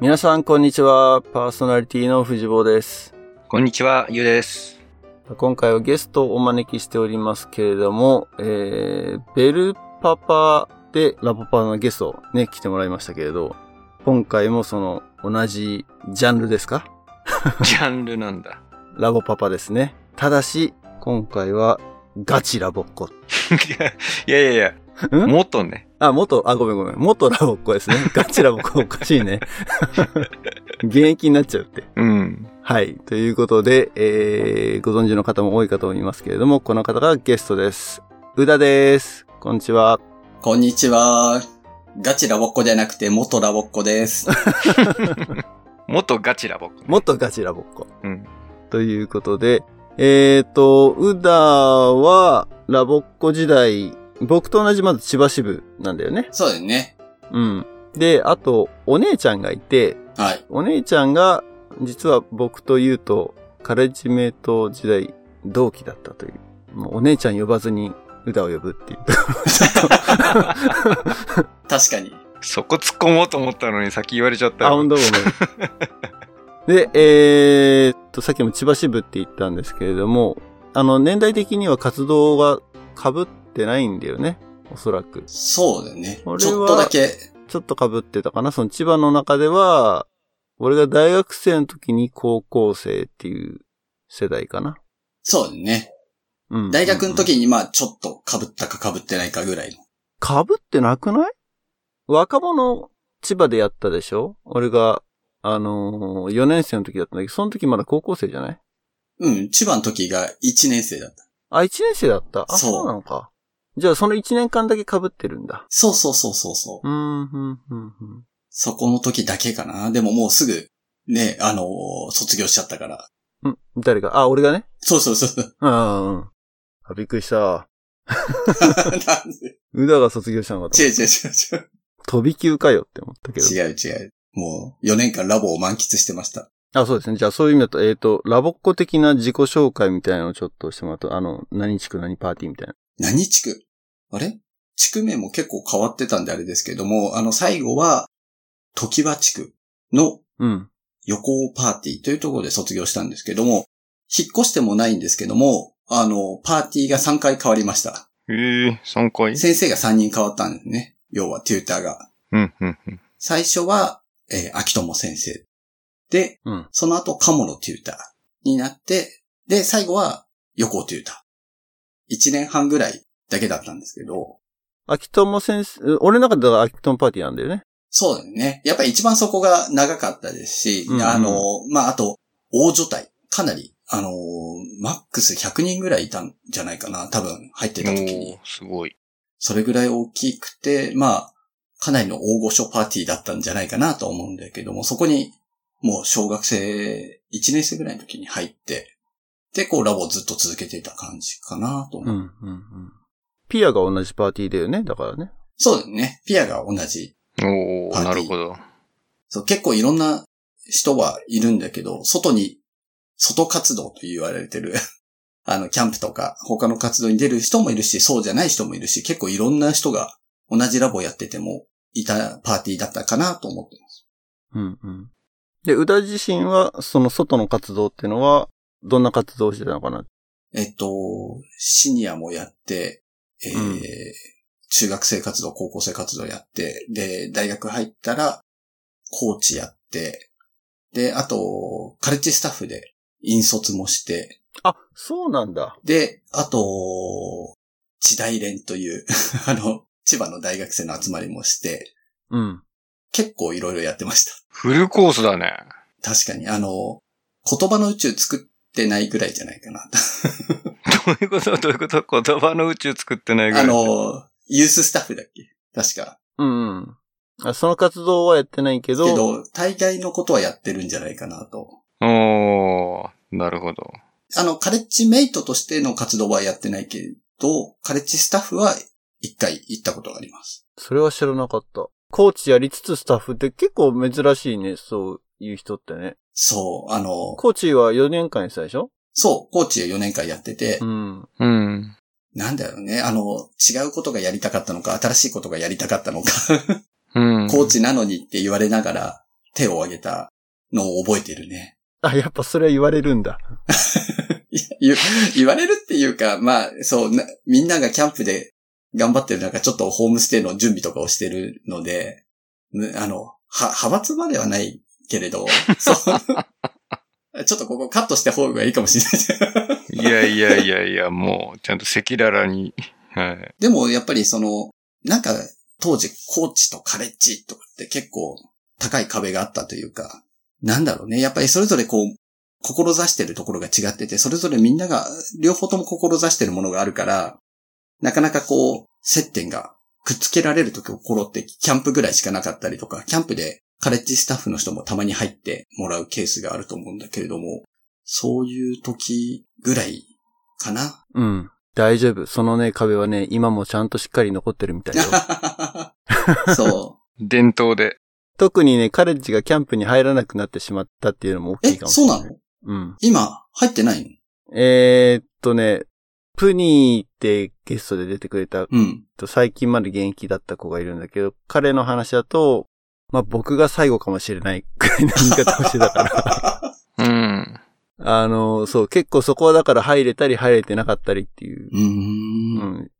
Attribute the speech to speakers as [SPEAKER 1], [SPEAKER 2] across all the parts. [SPEAKER 1] 皆さん、こんにちは。パーソナリティの藤坊です。
[SPEAKER 2] こんにちは、ゆ うです。
[SPEAKER 1] 今回はゲストをお招きしておりますけれども、えー、ベルパパでラパパのゲストをね、来てもらいましたけれど、今回もその、同じジャンルですか
[SPEAKER 2] ジャンルなんだ。
[SPEAKER 1] ラボパパですね。ただし、今回は、ガチラボっ子。
[SPEAKER 2] いやいやいや、
[SPEAKER 1] ん
[SPEAKER 2] 元ね。
[SPEAKER 1] あ、元、あ、ごめんごめん。元ラボっ子ですね。ガチラボっ子おかしいね。現役になっちゃうって。
[SPEAKER 2] うん。
[SPEAKER 1] はい。ということで、えー、ご存知の方も多いかと思いますけれども、この方がゲストです。うだです。こんにちは。
[SPEAKER 3] こんにちは。ガチラボッコじゃなくて、元ラボッコです。
[SPEAKER 2] 元ガチラ僕。
[SPEAKER 1] もっとガチラボっ子。
[SPEAKER 2] うん。
[SPEAKER 1] ということで、えーと、うだは、ラボっ子時代、僕と同じまず千葉支部なんだよね。
[SPEAKER 3] そうですね。
[SPEAKER 1] うん。で、あと、お姉ちゃんがいて、
[SPEAKER 3] はい。
[SPEAKER 1] お姉ちゃんが、実は僕と言うと、カレッジメイト時代、同期だったという。もうお姉ちゃん呼ばずに、うだを呼ぶっていう。
[SPEAKER 3] 確かに。
[SPEAKER 2] そこ突っ込もうと思ったのに先言われちゃったよ。
[SPEAKER 1] あ、ほんとごめ ん。で、えー、っと、さっきも千葉支部って言ったんですけれども、あの、年代的には活動が被ってないんだよね。おそらく。
[SPEAKER 3] そうだね。ち
[SPEAKER 1] こ
[SPEAKER 3] ょっ
[SPEAKER 1] れは
[SPEAKER 3] とだけ。
[SPEAKER 1] ちょっと被ってたかな。その千葉の中では、俺が大学生の時に高校生っていう世代かな。
[SPEAKER 3] そうだね。
[SPEAKER 1] うん。
[SPEAKER 3] 大学の時に、まあ、ちょっと被ったか被ってないかぐらいの。
[SPEAKER 1] 被ってなくない若者、千葉でやったでしょ俺が、あのー、4年生の時だったんだけど、その時まだ高校生じゃない
[SPEAKER 3] うん、千葉の時が1年生だった。
[SPEAKER 1] あ、1年生だった。あ、
[SPEAKER 3] そう
[SPEAKER 1] そうなのか。じゃあ、その1年間だけ被ってるんだ。
[SPEAKER 3] そうそうそうそうそう
[SPEAKER 1] う。ーん、うん、うん、うん。
[SPEAKER 3] そこの時だけかな。でももうすぐ、ね、あのー卒業しちゃったから。
[SPEAKER 1] うん、誰が、あ、俺がね。
[SPEAKER 3] そうそうそう。
[SPEAKER 1] うん、うん。あ、びっくりした。
[SPEAKER 3] なんで
[SPEAKER 1] うだが卒業したのかと
[SPEAKER 3] 違う
[SPEAKER 1] 思
[SPEAKER 3] 違う違う
[SPEAKER 1] った。飛び級かよって思ったけど。
[SPEAKER 3] 違う。違う違う。もう、4年間ラボを満喫してました。
[SPEAKER 1] あ、そうですね。じゃあ、そういう意味だと、えっ、と、ラボっ子的な自己紹介みたいなのをちょっとしてもらうと、あの、何地区何パーティーみたいな。
[SPEAKER 3] 何地区あれ地区名も結構変わってたんであれですけども、あの、最後は、時場地区の
[SPEAKER 1] うん。
[SPEAKER 3] 予行パーティーというところで卒業したんですけども、引っ越してもないんですけども、あの、パーティーが3回変わりました。
[SPEAKER 2] へえー、3回。
[SPEAKER 3] 先生が3人変わったんですね。要は、テューターが。
[SPEAKER 2] うん、うん、うん。
[SPEAKER 3] 最初は、えー秋友先生。で、
[SPEAKER 1] うん。
[SPEAKER 3] その後、鴨のテューターになって、で、最後は、横テューター。1年半ぐらいだけだったんですけど、
[SPEAKER 1] 秋友先生、俺の中では秋友パーティーなんだよね。
[SPEAKER 3] そうだよね。やっぱり一番そこが長かったですし、
[SPEAKER 1] うんうん
[SPEAKER 3] あの、まあ、あと、大所帯。かなり、あの、マックス100人ぐらいいたんじゃないかな。多分、入ってた時
[SPEAKER 2] お
[SPEAKER 3] に
[SPEAKER 2] ー。、すごい。
[SPEAKER 3] それぐらい大きくて、まあ、かなりの大御所パーティーだったんじゃないかなと思うんだけども、そこに、もう小学生1年生ぐらいの時に入って、で、こう、ラボをずっと続けていた感じかなと思
[SPEAKER 1] う
[SPEAKER 3] う。
[SPEAKER 1] ん、うん、うん。ピアが同じパーティーだよね。だからね。
[SPEAKER 3] そうだよね。ピアが同じ
[SPEAKER 2] お
[SPEAKER 3] パー
[SPEAKER 2] ー、
[SPEAKER 3] ティー
[SPEAKER 2] なるほど。
[SPEAKER 3] そう、結構いろんな人はいるんだけど、外に、外活動と言われてる、 あの、キャンプとか、他の活動に出る人もいるし、そうじゃない人もいるし、結構いろんな人が同じラボやってても、いたパーティーだったかなと思ってます。
[SPEAKER 1] うん、うん。で、宇田自身は、その外の活動っていうのは、どんな活動をしてたのかな
[SPEAKER 3] えっと、シニアもやって、えー
[SPEAKER 1] うん
[SPEAKER 3] 中学生活動、高校生活動やって、で、大学入ったら、コーチやって、で、あと、カレッジスタッフで、引率もして、
[SPEAKER 1] あ、そうなんだ。
[SPEAKER 3] で、あと、地大連という、 あの、千葉の大学生の集まりもして、
[SPEAKER 1] うん。
[SPEAKER 3] 結構いろいろやってまし
[SPEAKER 2] フルコースだね。
[SPEAKER 3] た。確かに、あの、言葉の宇宙作ってないぐらいじゃないかな。
[SPEAKER 2] どういうことどういうこと言葉の宇宙作ってないぐらい。
[SPEAKER 3] あ、の、ユーススタッフだっけ確か。
[SPEAKER 1] うん、うんあ。その活動はやってないけど、
[SPEAKER 3] けど、大概のことはやってるんじゃないかなと。
[SPEAKER 2] おー、なるほど。
[SPEAKER 3] あの、カレッジメイトとしての活動はやってないけど、カレッジスタッフは一回行ったことがあります。
[SPEAKER 1] それは知らなかった。コーチやりつつスタッフって結構珍しいね、そういう人ってね。
[SPEAKER 3] そう、あの、
[SPEAKER 1] コーチは4年間やってたでしょ
[SPEAKER 3] そう、コーチ4年間やってて、
[SPEAKER 1] うん。
[SPEAKER 2] うん。
[SPEAKER 3] なんだろうね。あの、違うことがやりたかったのか、新しいことがやりたかったのか、
[SPEAKER 2] うん。
[SPEAKER 3] コーチなのにって言われながら、手を挙げたのを覚えてるね。
[SPEAKER 1] あ、やっぱそれは言われるんだ。
[SPEAKER 3] いや言う言われるっていうか、まあ、そう、なみんながキャンプで頑張ってる中、ちょっとホームステイの準備とかをしてるので、むあの、は、派閥まではないけれど、 そう。ちょっとここカットした方がいいかもしれない。
[SPEAKER 2] いやいやいやいや、もう、ちゃんと赤裸々に。はい。
[SPEAKER 3] でも、やっぱりその、なんか、当時、コーチとカレッジとかって結構高い壁があったというか、なんだろうね。やっぱりそれぞれこう、志してるところが違ってて、それぞれみんなが、両方とも志してるものがあるから、なかなかこう、接点がくっつけられるところって、キャンプぐらいしかなかったりとか、キャンプでカレッジスタッフの人もたまに入ってもらうケースがあると思うんだけれども、そういう時ぐらいかな。
[SPEAKER 1] うん。大丈夫。そのね、壁はね、今もちゃんとしっかり残ってるみたい よ。
[SPEAKER 3] そ
[SPEAKER 2] 伝統で。
[SPEAKER 1] 特にね、カレッジがキャンプに入らなくなってしまったっていうのも大
[SPEAKER 3] う。
[SPEAKER 1] き
[SPEAKER 3] え
[SPEAKER 1] い、かもし
[SPEAKER 3] そう
[SPEAKER 1] れない。
[SPEAKER 3] なの
[SPEAKER 1] うん。
[SPEAKER 3] 今、入ってないの
[SPEAKER 1] えー、っとね、プニーってゲストで出てくれた、
[SPEAKER 3] うん。
[SPEAKER 1] 最近まで現役だった子がいるんだけど、彼の話だと、まあ、僕が最後かもしれないくらいの言い方をしてた から。
[SPEAKER 2] うん。
[SPEAKER 1] あの、そう、結構そこはだから入れたり入れてなかったりっていう。
[SPEAKER 3] うー。
[SPEAKER 1] うんん。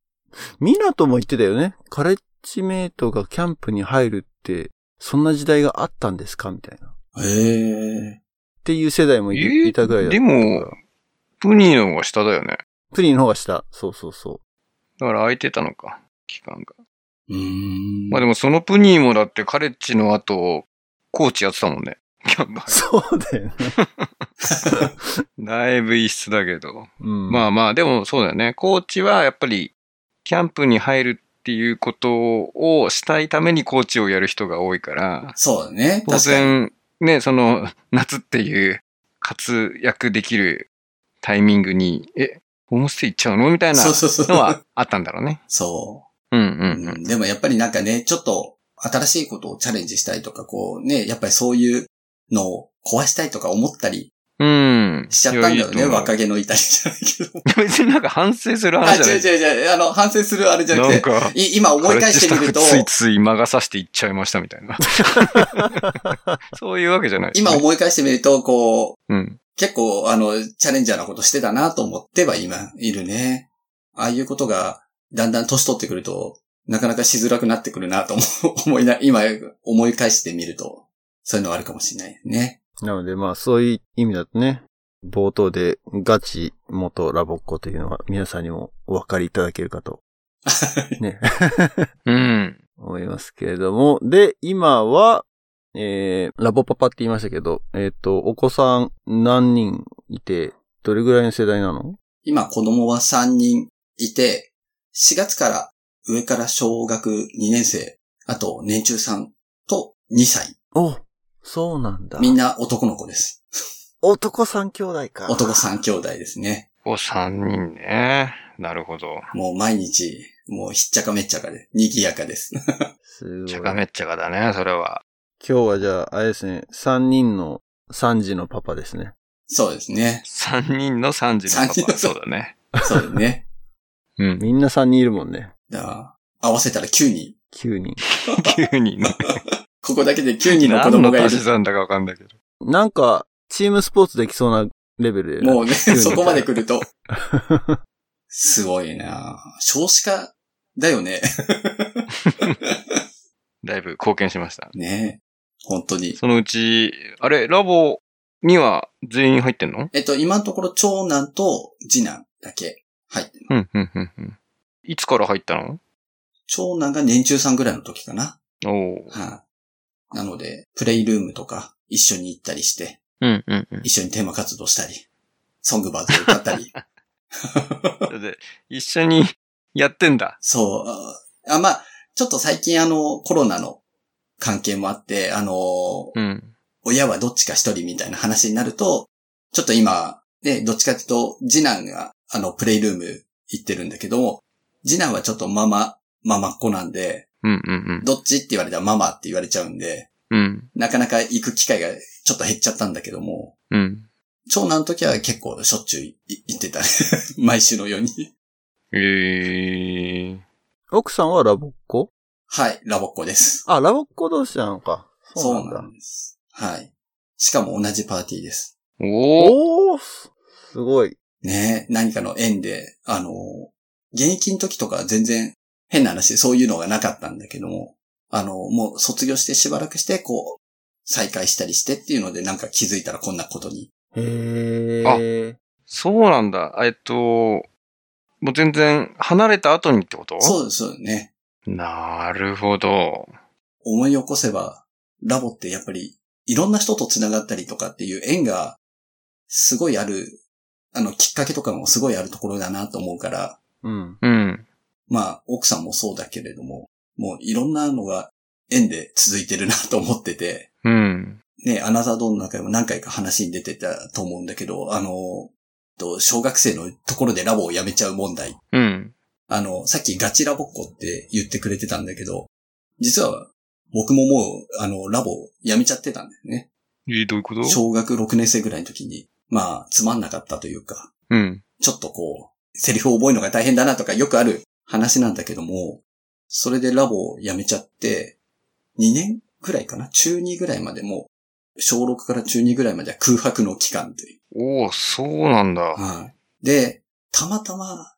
[SPEAKER 1] ミナトも言ってたよね。カレッジメイトがキャンプに入るって、そんな時代があったんですかみたいな。っ
[SPEAKER 3] へえ。
[SPEAKER 1] ていう世代もい,、
[SPEAKER 2] えー
[SPEAKER 1] たぐらいだった
[SPEAKER 2] で
[SPEAKER 1] から。
[SPEAKER 2] も、プニーの方が下だよね。
[SPEAKER 1] プリンの方が下。そうそうそ
[SPEAKER 2] だから空いてたのか、期間が。
[SPEAKER 3] うーん。
[SPEAKER 2] まあでもそのプニーもだってカレッジの後、コーチやってたもんね。 キャンバ
[SPEAKER 1] う。そうだよね。
[SPEAKER 2] だいぶ異質だけど。
[SPEAKER 1] うん。
[SPEAKER 2] ま
[SPEAKER 1] あ。
[SPEAKER 2] あまあ、でもそうだよね。コーチはやっぱり、キャンプに入るっていうことをしたいためにコーチをやる人が多いから、
[SPEAKER 3] そうだね。
[SPEAKER 2] 当
[SPEAKER 3] 確かに。
[SPEAKER 2] 然、ね、その、夏っていう活躍できるタイミングに、え、ホームステイ行っちゃうのみたいな
[SPEAKER 3] そうそうそう。
[SPEAKER 2] のはあったんだろうね。
[SPEAKER 3] そ
[SPEAKER 2] うんう
[SPEAKER 3] う、
[SPEAKER 2] んうん。
[SPEAKER 3] でもやっぱりなんかね、ちょっと新しいことをチャレンジしたいとか、こうね、やっぱりそういうのを壊したいとか思ったり
[SPEAKER 2] うん。
[SPEAKER 3] しちゃったんだよ
[SPEAKER 2] いやい
[SPEAKER 3] ね。
[SPEAKER 2] いと思う
[SPEAKER 3] 若気の至りじゃないけど。
[SPEAKER 2] 別になんか反省する
[SPEAKER 3] あ、
[SPEAKER 2] 話じゃ
[SPEAKER 3] 違う違う違う。あの、反省するあれじゃな
[SPEAKER 2] ない。
[SPEAKER 3] く
[SPEAKER 2] なん
[SPEAKER 3] て、
[SPEAKER 2] か、
[SPEAKER 3] い今思い返してみると
[SPEAKER 2] カ、レッジスタッフついつい魔が差していっちゃいましたみたいな。 そういうわけじゃない。
[SPEAKER 3] 今思い返してみると、こう、
[SPEAKER 2] うん。
[SPEAKER 3] 結構、あの、チャレンジャーなことしてたなと思っては今、いるね。ああいうことが、だんだん年取ってくると、なかなかしづらくなってくるなと思う思いな、今、思い返してみると、そういうのはあるかもしれないね。
[SPEAKER 1] なのでまあ、そういう意味だとね、冒頭でガチ元ラボっ子というのは皆さんにもお分かりいただけるかと。ね。
[SPEAKER 2] うん。
[SPEAKER 1] 思いますけれども。で、今は、えー、ラボパパって言いましたけど、えっ、と、お子さん何人いて、どれぐらいの世代なの
[SPEAKER 3] 今、子供は3人いて、4月から上から小学2年生、あと年中さんと2歳。
[SPEAKER 1] おそうなんだ
[SPEAKER 3] みんな男の子です。
[SPEAKER 1] 男三兄弟か
[SPEAKER 3] 男3兄弟ですね。
[SPEAKER 2] お、三人ね。なるほど。
[SPEAKER 3] もう毎日、もうひっちゃかめっちゃかで、賑やかです。
[SPEAKER 1] すごい。
[SPEAKER 2] ちゃ
[SPEAKER 1] 今
[SPEAKER 2] かめっちゃかだね、それは。
[SPEAKER 1] 日はじゃあ、あれですね、三人の三児のパパですね。
[SPEAKER 3] そうですね。
[SPEAKER 2] 三人の三時の
[SPEAKER 3] 三人
[SPEAKER 2] パ
[SPEAKER 3] の
[SPEAKER 2] パ。そうだね。
[SPEAKER 3] そうですね。
[SPEAKER 2] うん。
[SPEAKER 1] みんな三人いるもんね。
[SPEAKER 3] だから合わせたら9人。
[SPEAKER 1] 9人。
[SPEAKER 2] 9人ね。
[SPEAKER 3] ここだけで9人の子
[SPEAKER 2] 何
[SPEAKER 3] 供
[SPEAKER 2] の
[SPEAKER 3] がい
[SPEAKER 2] 足
[SPEAKER 3] る
[SPEAKER 2] し。算だかわかんないけど。
[SPEAKER 1] なんか、チームスポーツできそうなレベルで。
[SPEAKER 3] もうね、
[SPEAKER 1] 9人
[SPEAKER 3] そこまで来 ると。すごいな少子化だよね。
[SPEAKER 2] だいぶ貢献しました。
[SPEAKER 3] ね本当に。
[SPEAKER 2] そのうち、あれ、ラボには全員入ってんの
[SPEAKER 3] えっと、今のところ長男と次男だけ入ってる。
[SPEAKER 2] うん、うん、うん、うん。いつから入ったの
[SPEAKER 3] 長男が年中さんぐらいの時かな。
[SPEAKER 2] おお。
[SPEAKER 3] はい、なので、プレイルームとか一緒に行ったりして、
[SPEAKER 2] うん、うん、うん。
[SPEAKER 3] 一緒にテーマ活動したり、ソングバーズを歌っ たり。
[SPEAKER 2] それで、一緒にやってんだ。
[SPEAKER 3] そうあ。あ、まあ、ちょっと最近あの、コロナの関係もあって、あの、
[SPEAKER 2] うん。
[SPEAKER 3] 親はどっちか一人みたいな話になると、ちょっと今、ね、どっちかっていうと、次男が、あの、プレイルーム行ってるんだけども、次男はちょっとママ、ママっ子なんで、
[SPEAKER 2] うん、うん、
[SPEAKER 3] どっちって言われたらママって言われちゃうんで、
[SPEAKER 2] うん。うん、
[SPEAKER 3] なかなか行く機会がちょっと減っちゃったんだけども、
[SPEAKER 2] うん。
[SPEAKER 3] 長男の時は結構しょっちゅうい行ってたね。 毎週のように。
[SPEAKER 2] えー。
[SPEAKER 1] 奥さんはラボっ子
[SPEAKER 3] はい、ラボっ子です。
[SPEAKER 1] あ、ラボっ子同士なのか。
[SPEAKER 3] そ
[SPEAKER 1] そうな
[SPEAKER 3] う
[SPEAKER 1] んだ
[SPEAKER 3] なん。です。はい。しかも同じパーティーです。
[SPEAKER 2] おお
[SPEAKER 1] おーすすごい。
[SPEAKER 3] ねえ、何かの縁で、あの、現役の時とかは全然変な話でそういうのがなかったんだけども、あの、もう卒業してしばらくして、こう、再会したりしてっていうので、なんか気づいたらこんなことに。
[SPEAKER 1] へ
[SPEAKER 2] あ
[SPEAKER 1] え。
[SPEAKER 2] そうなんだ。えっと、もう全然離れた後にってこと
[SPEAKER 3] そうですよね。
[SPEAKER 2] なるほど。
[SPEAKER 3] 思い起こせば、ラボってやっぱり、いろんな人と繋がったりとかっていう縁が、すごいある、あの、きっかけとかもすごいあるところだなと思うから、
[SPEAKER 1] うん。
[SPEAKER 2] うん。
[SPEAKER 3] まあ、奥さんもそうだけれども、もういろんなのが縁で続いてるなと思ってて、
[SPEAKER 2] うん。
[SPEAKER 3] ね、アナザードーンの中でも何回か話に出てたと思うんだけど、あの、と小学生のところでラボを辞めちゃう問題。
[SPEAKER 2] うん。
[SPEAKER 3] あの、さっきガチラボっ子って言ってくれてたんだけど、実は僕ももう、あの、ラボを辞めちゃってたんだよね。
[SPEAKER 2] えーどういうこと
[SPEAKER 3] 小学6年生ぐらいの時に、まあ、つまんなかったというか、
[SPEAKER 2] うん。
[SPEAKER 3] ちょっとこう、セリフを覚えるのが大変だなとかよくある話なんだけども、それでラボを辞めちゃって、2年ぐらいかな中2ぐらいまでも、小6から中2ぐらいまでは空白の期間という。
[SPEAKER 2] おおそうなんだ。
[SPEAKER 3] はい。で、たまたま、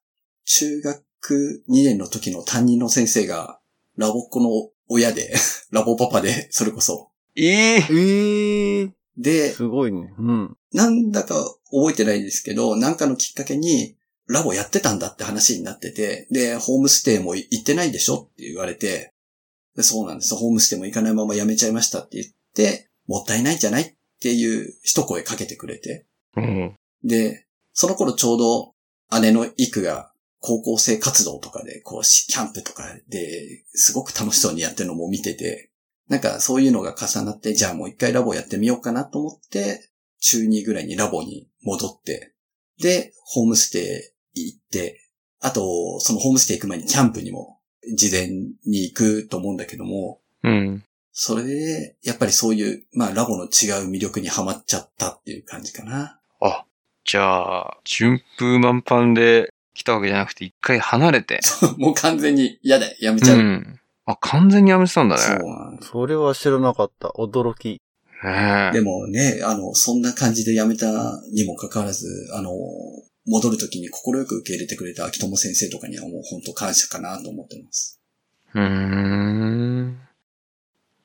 [SPEAKER 3] 中学2年の時の担任の先生が、ラボっ子の親で、 ラボパパで、それこそ。
[SPEAKER 2] ええ
[SPEAKER 1] ええ。
[SPEAKER 3] で、
[SPEAKER 1] すごいね。うん。
[SPEAKER 3] なんだか覚えてないんですけど、なんかのきっかけに、ラボやってたんだって話になってて、で、ホームステイも行ってないでしょって言われて、でそうなんです。ホームステイも行かないまま辞めちゃいましたって言って、もったいないんじゃないっていう一声かけてくれて。
[SPEAKER 2] うん。
[SPEAKER 3] で、その頃ちょうど姉のイクが高校生活動とかで、こうし、キャンプとかで、すごく楽しそうにやってるのも見てて、なんかそういうのが重なって、じゃあもう一回ラボやってみようかなと思って、中2ぐらいにラボに戻って、で、ホームステイ行って、あと、そのホームステイ行く前にキャンプにも事前に行くと思うんだけども、
[SPEAKER 2] うん。
[SPEAKER 3] それで、やっぱりそういう、まあラボの違う魅力にはまっちゃったっていう感じかな。
[SPEAKER 2] あ、じゃあ、順風満帆で来たわけじゃなくて、一回離れて。
[SPEAKER 3] もう完全に嫌だ、やめち
[SPEAKER 2] う
[SPEAKER 3] ゃう。
[SPEAKER 2] ん。あ、完全にやめてたんだ
[SPEAKER 3] そう
[SPEAKER 2] ね。
[SPEAKER 3] なんです
[SPEAKER 1] それは知らなかった。驚き。
[SPEAKER 2] ね
[SPEAKER 3] でもね、あの、そんな感じで辞めたにもかかわらず、あの、戻るときに快く受け入れてくれた秋友先生とかにはもう本当感謝かなと思ってます。
[SPEAKER 2] え。うーん。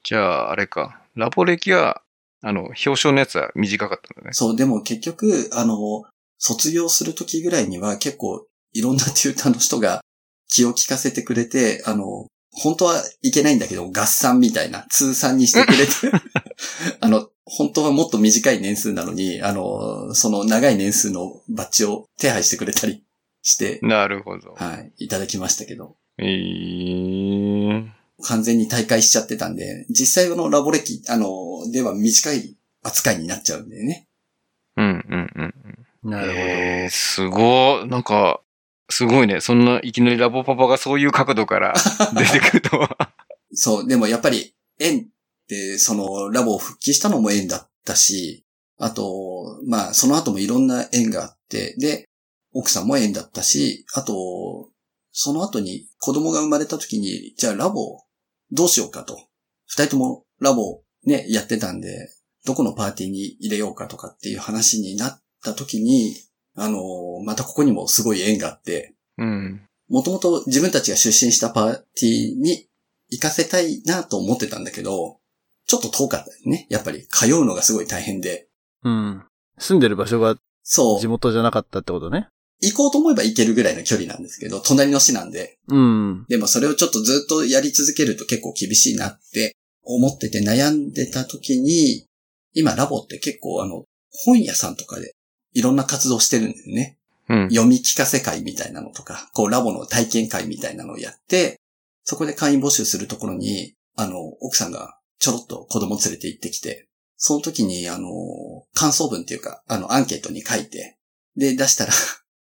[SPEAKER 2] じゃあ、あれか。ラボ歴は、あの、表彰のやつは短かったんだね。
[SPEAKER 3] そう、でも結局、あの、卒業するときぐらいには結構いろんなテューターの人が気を利かせてくれて、あの、本当はいけないんだけど、合算みたいな、通算にしてくれて、あの、本当はもっと短い年数なのに、あの、その長い年数のバッジを手配してくれたりして、
[SPEAKER 2] なるほど。
[SPEAKER 3] はい、いただきましたけど、
[SPEAKER 2] えー。
[SPEAKER 3] 完全に大会しちゃってたんで、実際のラボ歴、あの、では短い扱いになっちゃうんだよね。
[SPEAKER 2] うんうんうん。
[SPEAKER 1] なるほど。
[SPEAKER 2] えー、すごい。なんか、すごいね。そんないきなりラボパパがそういう角度から 出てくるとは。
[SPEAKER 3] そう、でもやっぱり、縁って、その、ラボを復帰したのも縁だったし、あと、まあ、その後もいろんな縁があって、で、奥さんも縁だったし、あと、その後に子供が生まれた時に、じゃあラボ、どうしようかと。二人ともラボ、ね、やってたんで、どこのパーティーに入れようかとかっていう話になった時に、あの、またここにもすごい縁があって、
[SPEAKER 2] うん。
[SPEAKER 3] もともと自分たちが出身したパーティーに行かせたいなと思ってたんだけど、ちょっと遠かったですね。やっぱり通うのがすごい大変で。
[SPEAKER 1] うん。住んでる場所が
[SPEAKER 3] そう
[SPEAKER 1] 地。元じゃなかったってことね。
[SPEAKER 3] 行こうと思えば行けるぐらいの距離なんですけど、隣の市なんで。
[SPEAKER 1] うん。
[SPEAKER 3] でもそれをちょっとずっとやり続けると結構厳しいなって思ってて悩んでた時に、今ラボって結構あの、本屋さんとかでいろんな活動してるんだよね。
[SPEAKER 2] うん。
[SPEAKER 3] 読み聞かせ会みたいなのとか、こうラボの体験会みたいなのをやって、そこで会員募集するところに、あの、奥さんがちょろっと子供連れて行ってきて、その時に、あの、感想文っていうか、あの、アンケートに書いて、で、出したら、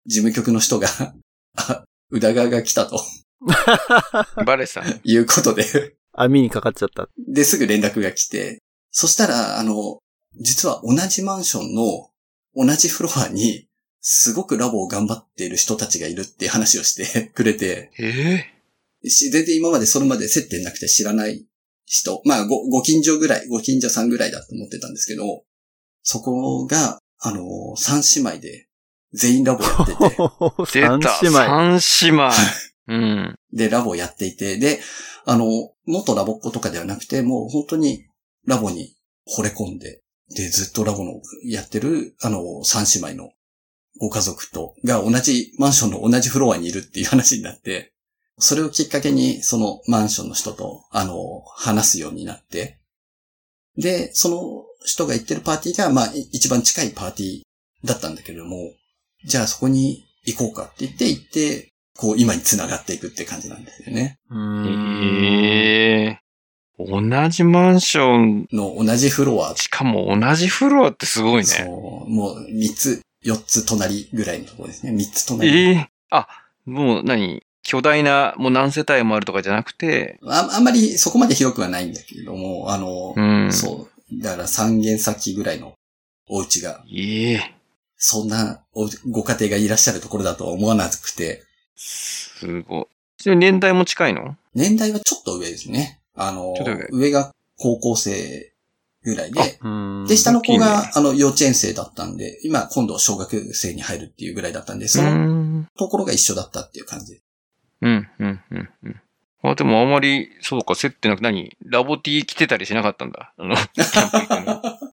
[SPEAKER 3] 事務局の人が、あ、宇田川が来たと
[SPEAKER 2] バレさん。
[SPEAKER 3] いうことで、
[SPEAKER 1] 網にかかっちゃった。
[SPEAKER 3] で、すぐ連絡が来て、そしたら、あの、実は同じマンションの同じフロアに、すごくラボを頑張っている人たちがいるっていう話をしてくれて、
[SPEAKER 2] え
[SPEAKER 3] し全然今までそれまで接点なくて知らない人、まあごご近所ぐらい、ご近所さんぐらいだと思ってたんですけど、そこが、あのー、三姉妹で全員ラボやってて、
[SPEAKER 2] 出
[SPEAKER 1] 三
[SPEAKER 2] た。
[SPEAKER 1] 姉妹。
[SPEAKER 2] 三姉妹。うん。
[SPEAKER 3] で、ラボをやっていて、で、あの、元ラボっ子とかではなくて、もう本当にラボに惚れ込んで、で、ずっとラボのやってる、あの、三姉妹のご家族と、が同じマンションの同じフロアにいるっていう話になって、それをきっかけに、そのマンションの人と、あの、話すようになって、で、その人が行ってるパーティーが、まあ、い一番近いパーティーだったんだけれども、じゃあそこに行こうかって言って行って、こう今に繋がっていくって感じなんですよね。
[SPEAKER 1] うーん
[SPEAKER 2] ええ同じマンション、
[SPEAKER 3] の同じフロア。
[SPEAKER 2] しかも同じフロアってすごいね。
[SPEAKER 3] そう、もう3つ、4つ隣ぐらいのところですね。3つ隣。
[SPEAKER 2] ええあ、もう何巨大な、もう何世帯もあるとかじゃなくて、
[SPEAKER 3] ああんまりそこまで広くはないんだけれども、あの
[SPEAKER 2] う、ん。
[SPEAKER 3] そう、だから3軒先ぐらいのお家が、
[SPEAKER 2] ええ
[SPEAKER 3] そんなおご家庭がいらっしゃるところだとは思わなくて、
[SPEAKER 2] すごい。それ年代も近いの
[SPEAKER 3] 年代はちょっと上ですね。あの
[SPEAKER 2] ちょっと上、
[SPEAKER 3] 上が高校生ぐらいで、
[SPEAKER 1] うん
[SPEAKER 3] で、下の子
[SPEAKER 2] 大
[SPEAKER 3] が、
[SPEAKER 2] きいね
[SPEAKER 3] あの、幼稚園生だったんで、今、今度小学生に入るっていうぐらいだったんで、そうの
[SPEAKER 2] ん。
[SPEAKER 3] ところが一緒だったっていう感じ。
[SPEAKER 2] うん、うん、うん。うんあ、でもあまり、そうか、接点なく、何ラボティー着てたりしなかったんだ。 あの、キャンプ行くの。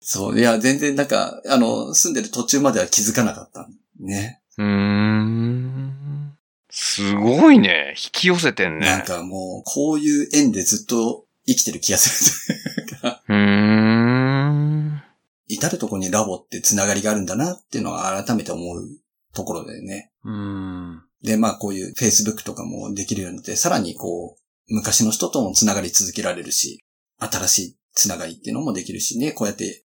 [SPEAKER 3] そう、いや、全然なんか、あの、住んでる途中までは気づかなかった。ね。
[SPEAKER 2] うーん。すごいね。引き寄せてん
[SPEAKER 3] なん
[SPEAKER 2] ね。
[SPEAKER 3] かもう、こういう縁でずっと生きてる気がする。
[SPEAKER 2] うーん。
[SPEAKER 3] 至るところにラボってつながりがあるんだなっていうのは改めて思うところだよね。
[SPEAKER 1] うん。
[SPEAKER 3] で、まあ、こういう Facebook とかもできるようになって、さらにこう、昔の人ともつながり続けられるし、新しいつながりっていうのもできるしね、こうやって、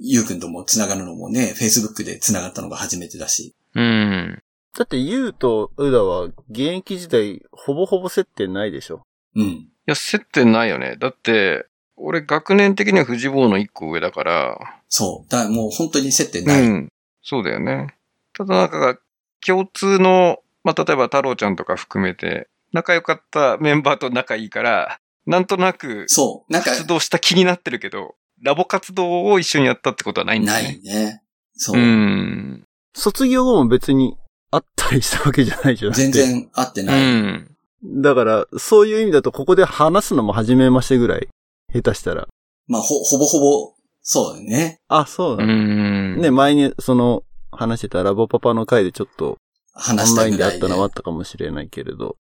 [SPEAKER 3] ゆうくんともつながるのもね、Facebook でつながったのが初めてだし。
[SPEAKER 2] うん。
[SPEAKER 1] だって、ユウとウダは現役時代、ほぼほぼ接点ないでしょ。
[SPEAKER 3] うん。
[SPEAKER 2] いや、接点ないよね。だって、俺、学年的には藤坊の一個上だから。
[SPEAKER 3] そう。だからもう本当に接点
[SPEAKER 2] う
[SPEAKER 3] ない。
[SPEAKER 2] ん。そうだよね。ただ、なんか、共通の、まあ、例えば太郎ちゃんとか含めて、仲良かったメンバーと仲いいから、なんとなく、
[SPEAKER 3] そう。なんか、
[SPEAKER 2] 活動した気になってるけど、ラボ活動を一緒にやったってことはないんだ
[SPEAKER 3] な
[SPEAKER 2] ね。
[SPEAKER 3] いね。そうう。
[SPEAKER 2] ん。
[SPEAKER 1] 卒業後も別に会ったりしたわけじゃないじゃん。だって
[SPEAKER 3] 全。然会って
[SPEAKER 2] う
[SPEAKER 3] ない。
[SPEAKER 2] ん。
[SPEAKER 1] だから、そういう意味だと、ここで話すのも初めましてぐらい、下手したら。
[SPEAKER 3] まあ、ほ、ほぼほぼ、そうだね。
[SPEAKER 1] あ、そうだ、
[SPEAKER 2] う
[SPEAKER 1] ね
[SPEAKER 2] ん。
[SPEAKER 1] ね、前に、その、話してたラボパパの回でちょっと、オ
[SPEAKER 3] 話
[SPEAKER 1] ン
[SPEAKER 3] し
[SPEAKER 1] ライ
[SPEAKER 3] た
[SPEAKER 1] ン
[SPEAKER 3] ぐ
[SPEAKER 1] で
[SPEAKER 3] ら
[SPEAKER 1] 会
[SPEAKER 3] い
[SPEAKER 1] っ
[SPEAKER 3] で。
[SPEAKER 1] たのはあったかもしれないけれど。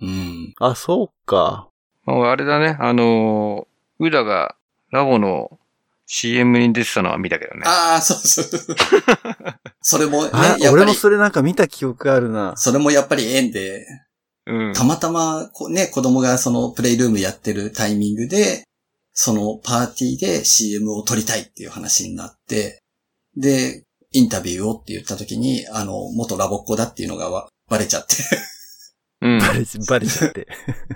[SPEAKER 3] うん。
[SPEAKER 1] あ、そうか。
[SPEAKER 2] まあ、あれだね、あのー、ウダがラボの CM に出てたのは見たけどね。
[SPEAKER 3] ああ、そ うそう。それもね
[SPEAKER 1] あ、、
[SPEAKER 3] やっ
[SPEAKER 1] 俺
[SPEAKER 3] ぱ
[SPEAKER 1] も
[SPEAKER 3] り、
[SPEAKER 1] それなんか見た記憶あるな。
[SPEAKER 3] それもやっぱり縁で、
[SPEAKER 2] うん。
[SPEAKER 3] たまたま、こうね、子供がそのプレイルームやってるタイミングで、そのパーティーで CM を撮りたいっていう話になって、で、インタビューをって言った時に、あの、元ラボっ子だっていうのがわバレちゃって、
[SPEAKER 2] うん。
[SPEAKER 1] バレち、バレちゃって。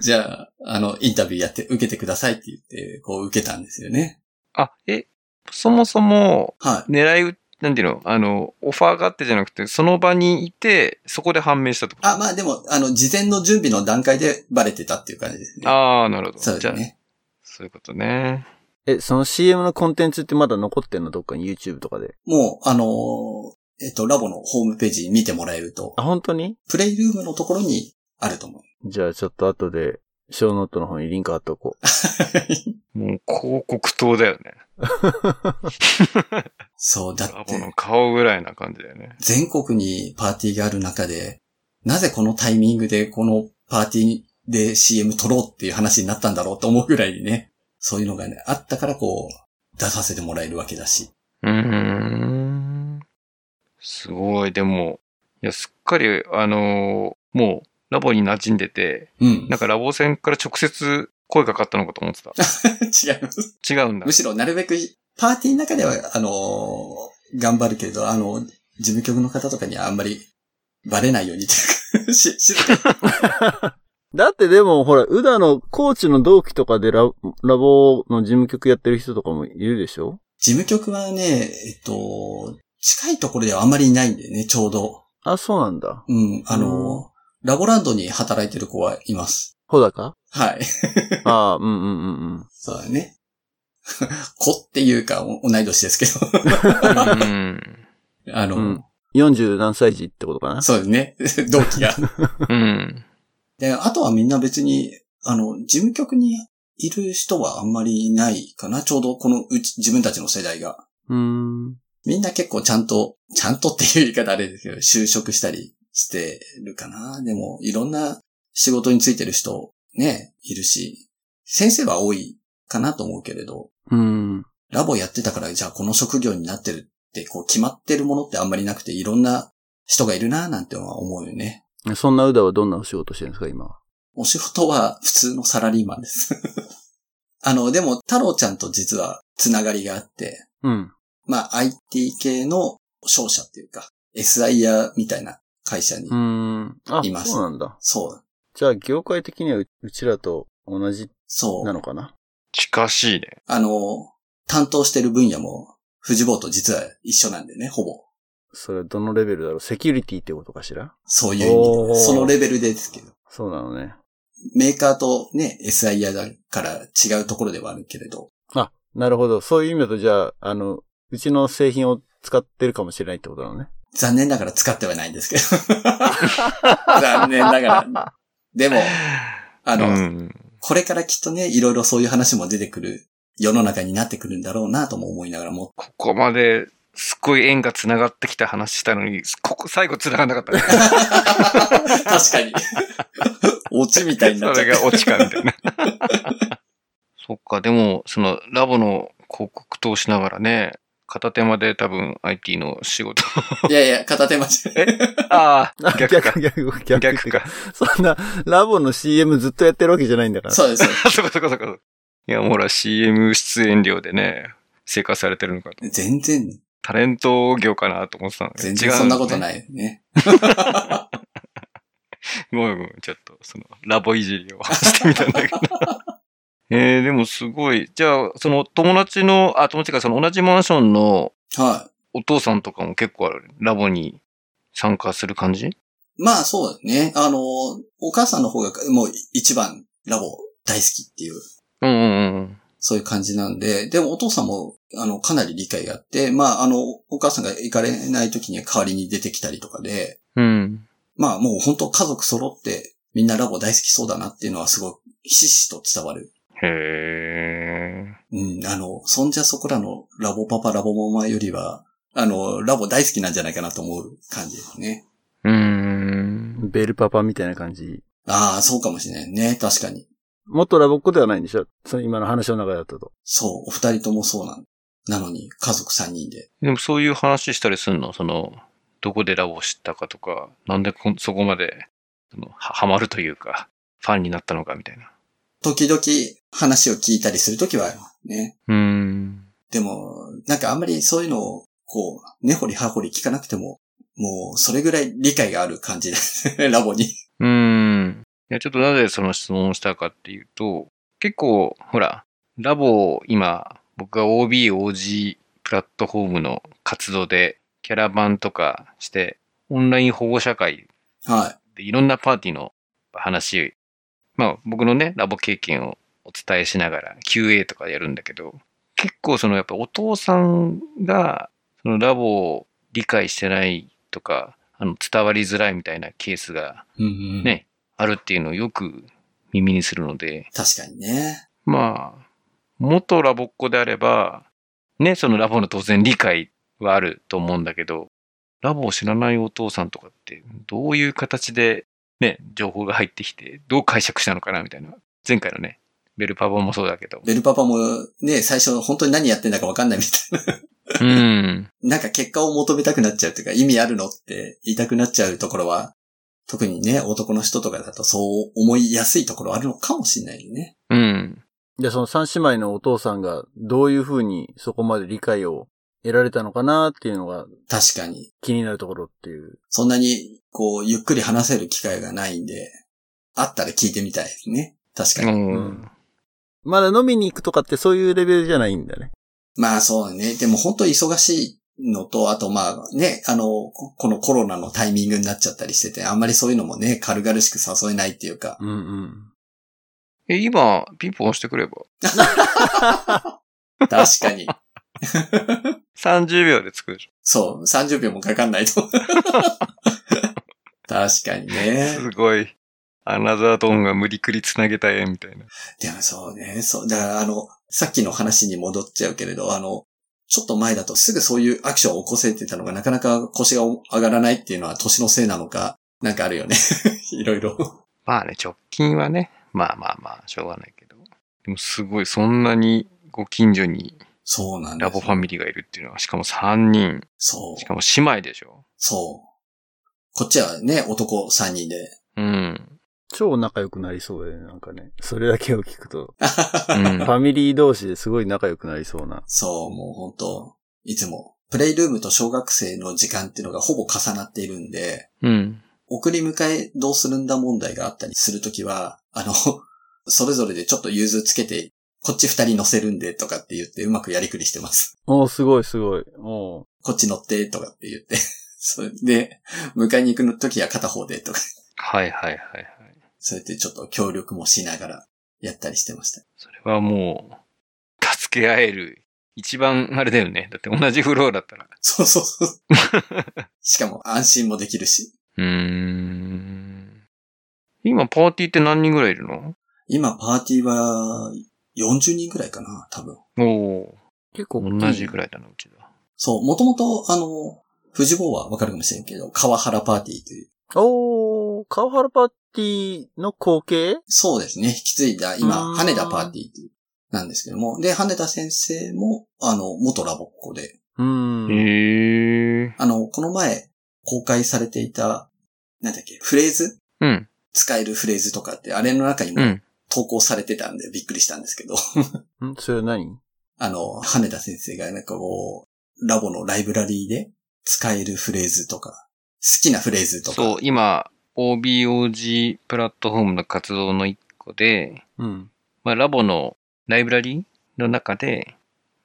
[SPEAKER 3] じゃあ、あの、インタビューやって、受けてくださいって言って、こう受けたんですよね。
[SPEAKER 2] あ、え、そもそも、
[SPEAKER 3] はい。
[SPEAKER 2] 狙いう、なんていうのあの、オファーがあってじゃなくて、その場にいて、そこで判明したってこと
[SPEAKER 3] あ、まあでも、あの、事前の準備の段階でバレてたっていう感じですね。
[SPEAKER 2] あー、なるほど。
[SPEAKER 3] そうです
[SPEAKER 2] じゃあ、
[SPEAKER 3] ね。
[SPEAKER 2] そういうことね。
[SPEAKER 1] え、その CM のコンテンツってまだ残ってんのどっかに YouTube とかで。
[SPEAKER 3] もう、あのーえっと、ラボのホームページ見てもらえると
[SPEAKER 1] あ、、本当に
[SPEAKER 3] プレイルームのところにあると思う。
[SPEAKER 1] じゃあちょっと後で、ショーノートの方にリンク貼っとこう。
[SPEAKER 2] もう広告塔だよね。
[SPEAKER 3] そう、だ
[SPEAKER 2] ラ
[SPEAKER 3] っ
[SPEAKER 2] ボの
[SPEAKER 3] て、
[SPEAKER 2] 顔ぐらいな感じだよね。
[SPEAKER 3] 全国にパーティーがある中で、なぜこのタイミングでこのパーティーで CM 撮ろうっていう話になったんだろうと思うぐらいにね、そういうのがね、あったからこう、出させてもらえるわけだし。
[SPEAKER 2] うーん。すごい。でも、いや、すっかり、あのーもう、ラボに馴染んでて、
[SPEAKER 3] うん。
[SPEAKER 2] なんかラボ戦から直接声かかったのかと思って た。
[SPEAKER 3] 違います。
[SPEAKER 2] 違うんだ
[SPEAKER 3] む。しろなるべく、パーティーの中では、あのー頑張るけれど、あの、事務局の方とかにはあんまりバレないようにというか、 し、静かに。
[SPEAKER 1] だってでも、ほら、ウダのコーチの同期とかでララボの事務局やってる人とかもいるでしょ
[SPEAKER 3] 事務局はね、えっと、近いところではあんまりいないんだよね、ちょうど。
[SPEAKER 1] あ、そうなんだ。
[SPEAKER 3] うん、あ
[SPEAKER 1] う
[SPEAKER 3] のーラボランドに働いてる子はいます。
[SPEAKER 1] ほだ か
[SPEAKER 3] はい。
[SPEAKER 1] ああ、うんうんうんうん。
[SPEAKER 3] そうだね。 子っていうか、お同い年ですけ
[SPEAKER 2] うん。
[SPEAKER 3] ど。あの、
[SPEAKER 1] うん40何歳児ってことかな
[SPEAKER 3] そうですね。同期が。
[SPEAKER 2] うん。
[SPEAKER 3] で、あとはみんな別に、あの、事務局にいる人はあんまりいないかな。ちょうどこのうち、自分たちの世代が。
[SPEAKER 1] うーん。
[SPEAKER 3] みんな結構ちゃんと、ちゃんとっていう言い方あれですけど、就職したりしてるかな。でも、いろんな仕事についてる人、ね、いるし、先生は多いかなと思うけれど、
[SPEAKER 1] うん。
[SPEAKER 3] ラボやってたから、じゃあこの職業になってるって、こう決まってるものってあんまりなくて、いろんな人がいるななんてのは思うよね。
[SPEAKER 1] そんなうだはどんなお仕事してるんですか、今は。
[SPEAKER 3] お仕事は普通のサラリーマンです。 あの、でも、太郎ちゃんと実はつながりがあって、
[SPEAKER 1] うん。
[SPEAKER 3] まあ、IT 系の商社っていうか、SIR みたいな会社に。
[SPEAKER 1] うーん。あ、
[SPEAKER 3] います
[SPEAKER 1] そうなんだ。
[SPEAKER 3] そう、
[SPEAKER 1] じゃあ、業界的にはううちらと同じ
[SPEAKER 3] そ
[SPEAKER 1] な
[SPEAKER 3] う。
[SPEAKER 1] のかな
[SPEAKER 2] 近しいね。
[SPEAKER 3] あの、担当してる分野も、藤坊と実は一緒なんでね、ほぼ。
[SPEAKER 1] それはどのレベルだろうセキュリティってことかしら
[SPEAKER 3] そういう意味
[SPEAKER 1] おー
[SPEAKER 3] で。そのレベルでですけど。
[SPEAKER 1] そうなのね。
[SPEAKER 3] メーカーとね、SIR だから違うところではあるけれど。
[SPEAKER 1] あ、なるほど。そういう意味だと、じゃあ、あの、うちの製品を使ってるかもしれないってことなのね。
[SPEAKER 3] 残念ながら使ってはないんです けど。残念ながら。でも、あ
[SPEAKER 2] う
[SPEAKER 3] の、
[SPEAKER 2] ん。
[SPEAKER 3] これからきっとね、いろいろそういう話も出てくる世の中になってくるんだろうなとも思いながら も。
[SPEAKER 2] ここまですっごい縁が繋がってきた話したのに、ここ最後繋がんなかった ね。
[SPEAKER 3] 確かに。オチみたいになっ
[SPEAKER 2] そ
[SPEAKER 3] ちゃ
[SPEAKER 2] れ
[SPEAKER 3] った
[SPEAKER 2] が落ちかみたいな。そっか、でも、そのラボの広告としながらね、片手間で多分 IT の仕事。
[SPEAKER 3] いやいや、片手間違え。
[SPEAKER 2] ああ、 逆か。
[SPEAKER 1] 逆か、逆
[SPEAKER 2] 逆
[SPEAKER 1] か。
[SPEAKER 2] か。
[SPEAKER 1] そんな、ラボの CM ずっとやってるわけじゃないんだから。
[SPEAKER 3] そうです。
[SPEAKER 2] そこそこそこ。いや、もうほら CM 出演料でね、生活されてるのかと。
[SPEAKER 3] 全然、
[SPEAKER 2] タレント業かなと思ってたの
[SPEAKER 3] 全然そんなこと
[SPEAKER 2] い。
[SPEAKER 3] ないね。
[SPEAKER 2] ごめんごめん、ちょっと、その、ラボいじりを してみたんだけど。えー、でもすごい。じゃあ、その友達の、あ、友達か、その同じマンションの
[SPEAKER 3] は
[SPEAKER 2] お父さんとかも結構あるラボに参加する感じ
[SPEAKER 3] い。まあそうだね。あの、お母さんの方がもう一番ラボ大好きっていう、
[SPEAKER 2] うんうんうん。
[SPEAKER 3] そういう感じなんで、でもお父さんも、あの、かなり理解があって、まああの、お母さんが行かれない時には代わりに出てきたりとかで、
[SPEAKER 2] うん。
[SPEAKER 3] まあもう本当家族揃ってみんなラボ大好きそうだなっていうのはすごいひしひしと伝わる。
[SPEAKER 2] へ
[SPEAKER 3] うん、あの、そんじゃそこらのラボパパラボママよりは、あの、ラボ大好きなんじゃないかなと思う感じですね。
[SPEAKER 2] ー。うーん。
[SPEAKER 1] ベルパパみたいな感じ。
[SPEAKER 3] ああ、そうかもしれないね。確かに。
[SPEAKER 1] 元ラボっ子ではないんでしょその今の話の中だったと。
[SPEAKER 3] そう、お二人ともそうなんなのに、家族三人で。
[SPEAKER 2] でもそういう話したりすんのその、どこでラボを知ったかとか、なんでこんそこまで、その、はハマるというか、ファンになったのかみたいな。
[SPEAKER 3] 時々話を聞いたりするときはね。
[SPEAKER 2] うーん。
[SPEAKER 3] でも、なんかあんまりそういうのを、こう、根掘り葉掘り聞かなくても、もうそれぐらい理解がある感じです。 ラボに。
[SPEAKER 2] うーん。いや、ちょっとなぜその質問をしたかっていうと、結構、ほら、ラボを今、僕が OB、OG プラットフォームの活動で、キャラバンとかして、オンライン保護社会
[SPEAKER 3] はい。
[SPEAKER 2] でいろんなパーティーの話、まあ僕のね、ラボ経験をお伝えしながら QA とかやるんだけど、結構そのやっぱお父さんがそのラボを理解してないとか、あの伝わりづらいみたいなケースが
[SPEAKER 3] うんうん
[SPEAKER 2] ねあるっていうのをよく耳にするので、
[SPEAKER 3] 確かにね。
[SPEAKER 2] まあ、元ラボっ子であれば、ね、そのラボの当然理解はあると思うんだけど、ラボを知らないお父さんとかって、どういう形で、ね、情報が入ってきて、どう解釈したのかなみたいな。前回のね、ベルパパもそうだけど。
[SPEAKER 3] ベルパパもね、最初本当に何やってんだかわかんないみたいな。
[SPEAKER 2] うん。
[SPEAKER 3] なんか結果を求めたくなっちゃうというか、意味あるのって言いたくなっちゃうところは、特にね、男の人とかだとそう思いやすいところあるのかもしれないね。
[SPEAKER 2] うん。
[SPEAKER 1] で、その三姉妹のお父さんがどういうふうにそこまで理解を得られたのかなっていうのが
[SPEAKER 3] 確かに。
[SPEAKER 1] 気になるところっていう。
[SPEAKER 3] そんなに、こう、ゆっくり話せる機会がないんで、あったら聞いてみたいですね。確か
[SPEAKER 2] う
[SPEAKER 3] に。
[SPEAKER 2] ん。
[SPEAKER 1] まだ飲みに行くとかってそういうレベルじゃないんだね。
[SPEAKER 3] まあそうね。でも本当忙しいのと、あとまあね、あの、ここのコロナ のタイミングになっちゃったりしてて、あんまりそういうのもね、軽々しく誘えないっていうか、
[SPEAKER 1] うんうん。
[SPEAKER 2] え、今、ピンポン押してくれば。
[SPEAKER 3] 確かに。
[SPEAKER 2] 30秒で作るでし
[SPEAKER 3] そう、30秒もかかんな いと。確かに
[SPEAKER 2] ょ。
[SPEAKER 3] ね。
[SPEAKER 2] すごい。アナザードーンが無理くり繋げたいみたいな。
[SPEAKER 3] でもそうね、そう、だからあの、さっきの話に戻っちゃうけれど、あの、ちょっと前だとすぐそういうアクションを起こせてたのがなかなか腰が上がらないっていうのは年のせいなのか、なんかあるよね。 いろいろ。
[SPEAKER 2] まあね、直近はね、まあまあまあ、しょうがないけど。でもすごい、そんなにご近所に
[SPEAKER 3] そうなんだ。
[SPEAKER 2] ラボファミリーがいるっていうのは、しかも3人、
[SPEAKER 3] そ
[SPEAKER 2] し
[SPEAKER 3] う
[SPEAKER 2] か。も姉妹でしょ。
[SPEAKER 3] そう。こっちはね、男3人で。
[SPEAKER 2] うん。
[SPEAKER 1] 超仲良くなりそうだよね、なんかね。それだけを聞くと。
[SPEAKER 2] うん
[SPEAKER 1] フ。ァミリー同士ですごい仲良くなりそうな。
[SPEAKER 3] そう、もう本当いつも、プレイルームと小学生の時間っていうのがほぼ重なっているんで、
[SPEAKER 2] うん。
[SPEAKER 3] 送り迎えどうするんだ問題があったりするときは、あの、 それぞれでちょっと融通つけて、こっち二人乗せるんでとかって言ってうまくやりくりしてます。
[SPEAKER 1] おーすごいすごい。おー
[SPEAKER 3] こっち乗ってとかって言 って。それで、迎えに行くときは片方でとか。
[SPEAKER 2] はいはいはいはい。
[SPEAKER 3] そうやってちょっと協力もしながらやったりしてました。
[SPEAKER 2] それはもう、助け合える。一番あれだよね。だって同じフローだったら。
[SPEAKER 3] そうそうそう。 しかも安心もできるし。
[SPEAKER 2] うーん。今、パーティーって何人ぐらいいるの
[SPEAKER 3] 今パーティーは40人くらいかな、多分。
[SPEAKER 2] おお
[SPEAKER 1] 結構
[SPEAKER 2] ー、同じぐらいだな、うちだ。
[SPEAKER 3] そう、もともとあの、藤坊はわかるかもしれんけど、川原パーティーという
[SPEAKER 1] おー、川原パーティーの後継
[SPEAKER 3] そうですね。引き継いだ、今
[SPEAKER 1] う、ん
[SPEAKER 3] 羽田パーティーっていう、なんですけども。で、羽田先生も、あの、元ラボっ子で、
[SPEAKER 1] うーん。
[SPEAKER 2] へえ。
[SPEAKER 3] あの、この前、公開されていた、なんだっけ、フレーズ
[SPEAKER 2] うん。
[SPEAKER 3] 使えるフレーズとかって、あれの中に
[SPEAKER 2] う
[SPEAKER 3] も
[SPEAKER 2] ん。
[SPEAKER 3] 投稿されてたんで、びっくりしたんですけど、
[SPEAKER 1] んそれは何
[SPEAKER 3] あの、羽田先生がなんかこう、ラボのライブラリーで、使えるフレーズとか、好きなフレーズとか。
[SPEAKER 2] そう、今、OBOG プラットフォームの活動の一個で、
[SPEAKER 1] うん。
[SPEAKER 2] まあ、ラボのライブラリーの中で、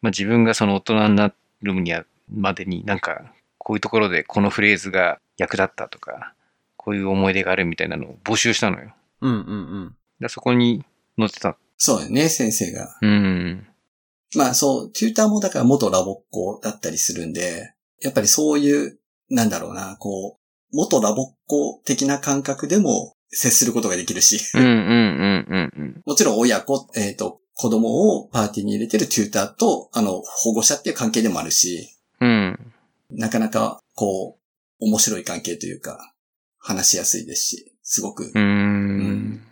[SPEAKER 2] まあ、自分がその大人になるにはまでになんかこういうところでこのフレーズが役立ったとかこういう思い出があるみたいなのを募集したのよ。
[SPEAKER 1] うんうん
[SPEAKER 2] でそこに載ってた。
[SPEAKER 3] そうだよね、先生が。
[SPEAKER 2] うん。
[SPEAKER 3] まあそう、テューターもだから元ラボっ子だったりするんで、やっぱりそういう、なんだろうな、こう、元ラボっ子的な感覚でも接することができるし、
[SPEAKER 2] うんうんうんうんうん。
[SPEAKER 3] もちろん親子、えっ、と、子供をパーティーに入れてるテューターと、あの、保護者っていう関係でもあるし、
[SPEAKER 2] うん。
[SPEAKER 3] なかなか、こう、面白い関係というか、話しやすいですし、すごく
[SPEAKER 2] う、
[SPEAKER 3] うんん。
[SPEAKER 1] うん。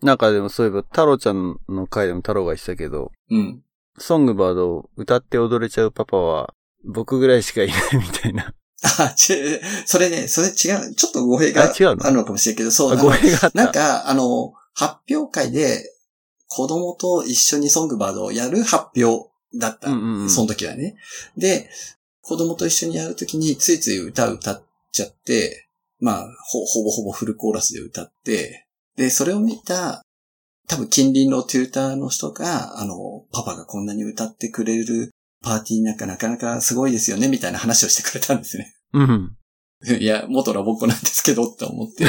[SPEAKER 1] なんかでもそういえば、太郎ちゃんの回でも太郎が言ってたけど、
[SPEAKER 3] うん。
[SPEAKER 1] ソングバードを歌って踊れちゃうパパは、僕ぐらいしかいないみたいな。
[SPEAKER 3] あ、ち、それね、それ違う、ちょっと語弊が
[SPEAKER 1] あ違うの
[SPEAKER 3] あるのかもしれんけど、そう、
[SPEAKER 1] あ、
[SPEAKER 3] あの
[SPEAKER 1] 語弊があった。
[SPEAKER 3] なんか、あの、発表会で、子供と一緒にソングバードをやる発表だった。
[SPEAKER 1] うんうんうん
[SPEAKER 3] その時はね。で、子供と一緒にやる時についつい歌歌っちゃって、まあ、ほほぼほぼフルコーラスで歌って、で、それを見た、多分近隣のテューターの人が、あの、パパがこんなに歌ってくれるパーティーなんかなかなかすごいですよね、みたいな話をしてくれたんですね。
[SPEAKER 1] うん。
[SPEAKER 3] いや、元ラボっ子なんですけど、って思って。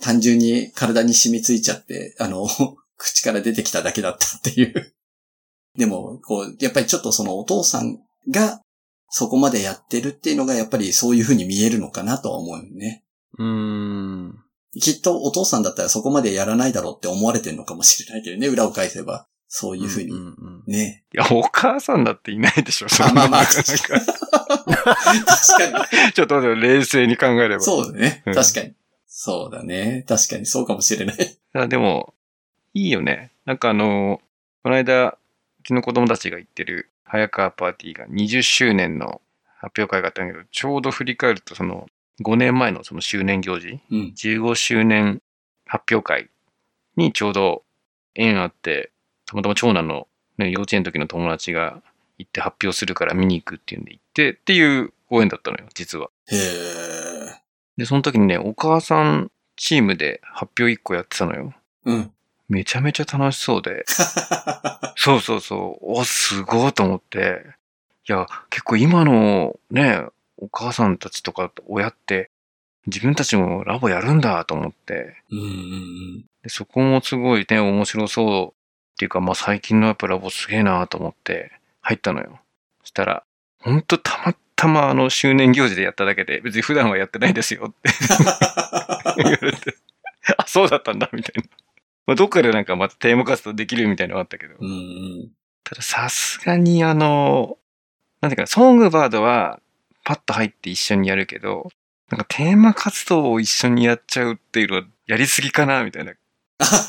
[SPEAKER 3] 単純に体に染みついちゃって、あの、 口から出てきただけだったっていう。でも、こう、やっぱりちょっとそのお父さんがそこまでやってるっていうのがやっぱりそういう風に見えるのかなとは思うよね。
[SPEAKER 1] うーん。
[SPEAKER 3] きっとお父さんだったらそこまでやらないだろうって思われてるのかもしれないけどね、裏を返せば。そういう風に。
[SPEAKER 1] んんん
[SPEAKER 3] ね。
[SPEAKER 2] いや、お母さんだっていないでしょ、そん
[SPEAKER 3] あ
[SPEAKER 2] な
[SPEAKER 3] まあまあ、
[SPEAKER 2] なんか
[SPEAKER 3] 確かに。確か
[SPEAKER 2] ちょっと待って冷静に考えれば。
[SPEAKER 3] に。そうだね。
[SPEAKER 2] うん
[SPEAKER 3] 確かに。そうだね。確かに。そうかもしれない。
[SPEAKER 2] あでも、いいよね。なんかあの、この間、うちの子供たちが行ってる早川パーティーが20周年の発表会があったんだけど、ちょうど振り返ると、その5年前のその周年行事、
[SPEAKER 3] うん。
[SPEAKER 2] 15周年発表会にちょうど縁あって、たまたま長男の、ね、幼稚園の時の友達が行って発表するから見に行くっていうんで行ってっていう応援だったのよ、実は。
[SPEAKER 3] へえ。
[SPEAKER 2] で、その時にね、お母さんチームで発表1個やってたのよ。
[SPEAKER 3] うん。
[SPEAKER 2] めちゃめちゃ楽しそうで。そうそうそう。お、すごいと思って。いや、結構今のね、お母さんたちとか親って、自分たちもラボやるんだと思って。
[SPEAKER 3] うんうんうん。
[SPEAKER 2] でそこもすごいね、面白そうっていうか、まあ最近のやっぱラボすげえなと思って入ったのよ。そしたら、ほんとたまたまあの周年行事でやっただけで、別に普段はやってないですよって 言われて、あ、そうだったんだみたいな。まあどっかでなんかまたテーマ活動できるみたいなのはあったけど。
[SPEAKER 3] うんうん。
[SPEAKER 2] たださすがにあの、なんていうか、ソングバードはパッと入って一緒にやるけど、なんかテーマ活動を一緒にやっちゃうっていうのはやりすぎかなみた いな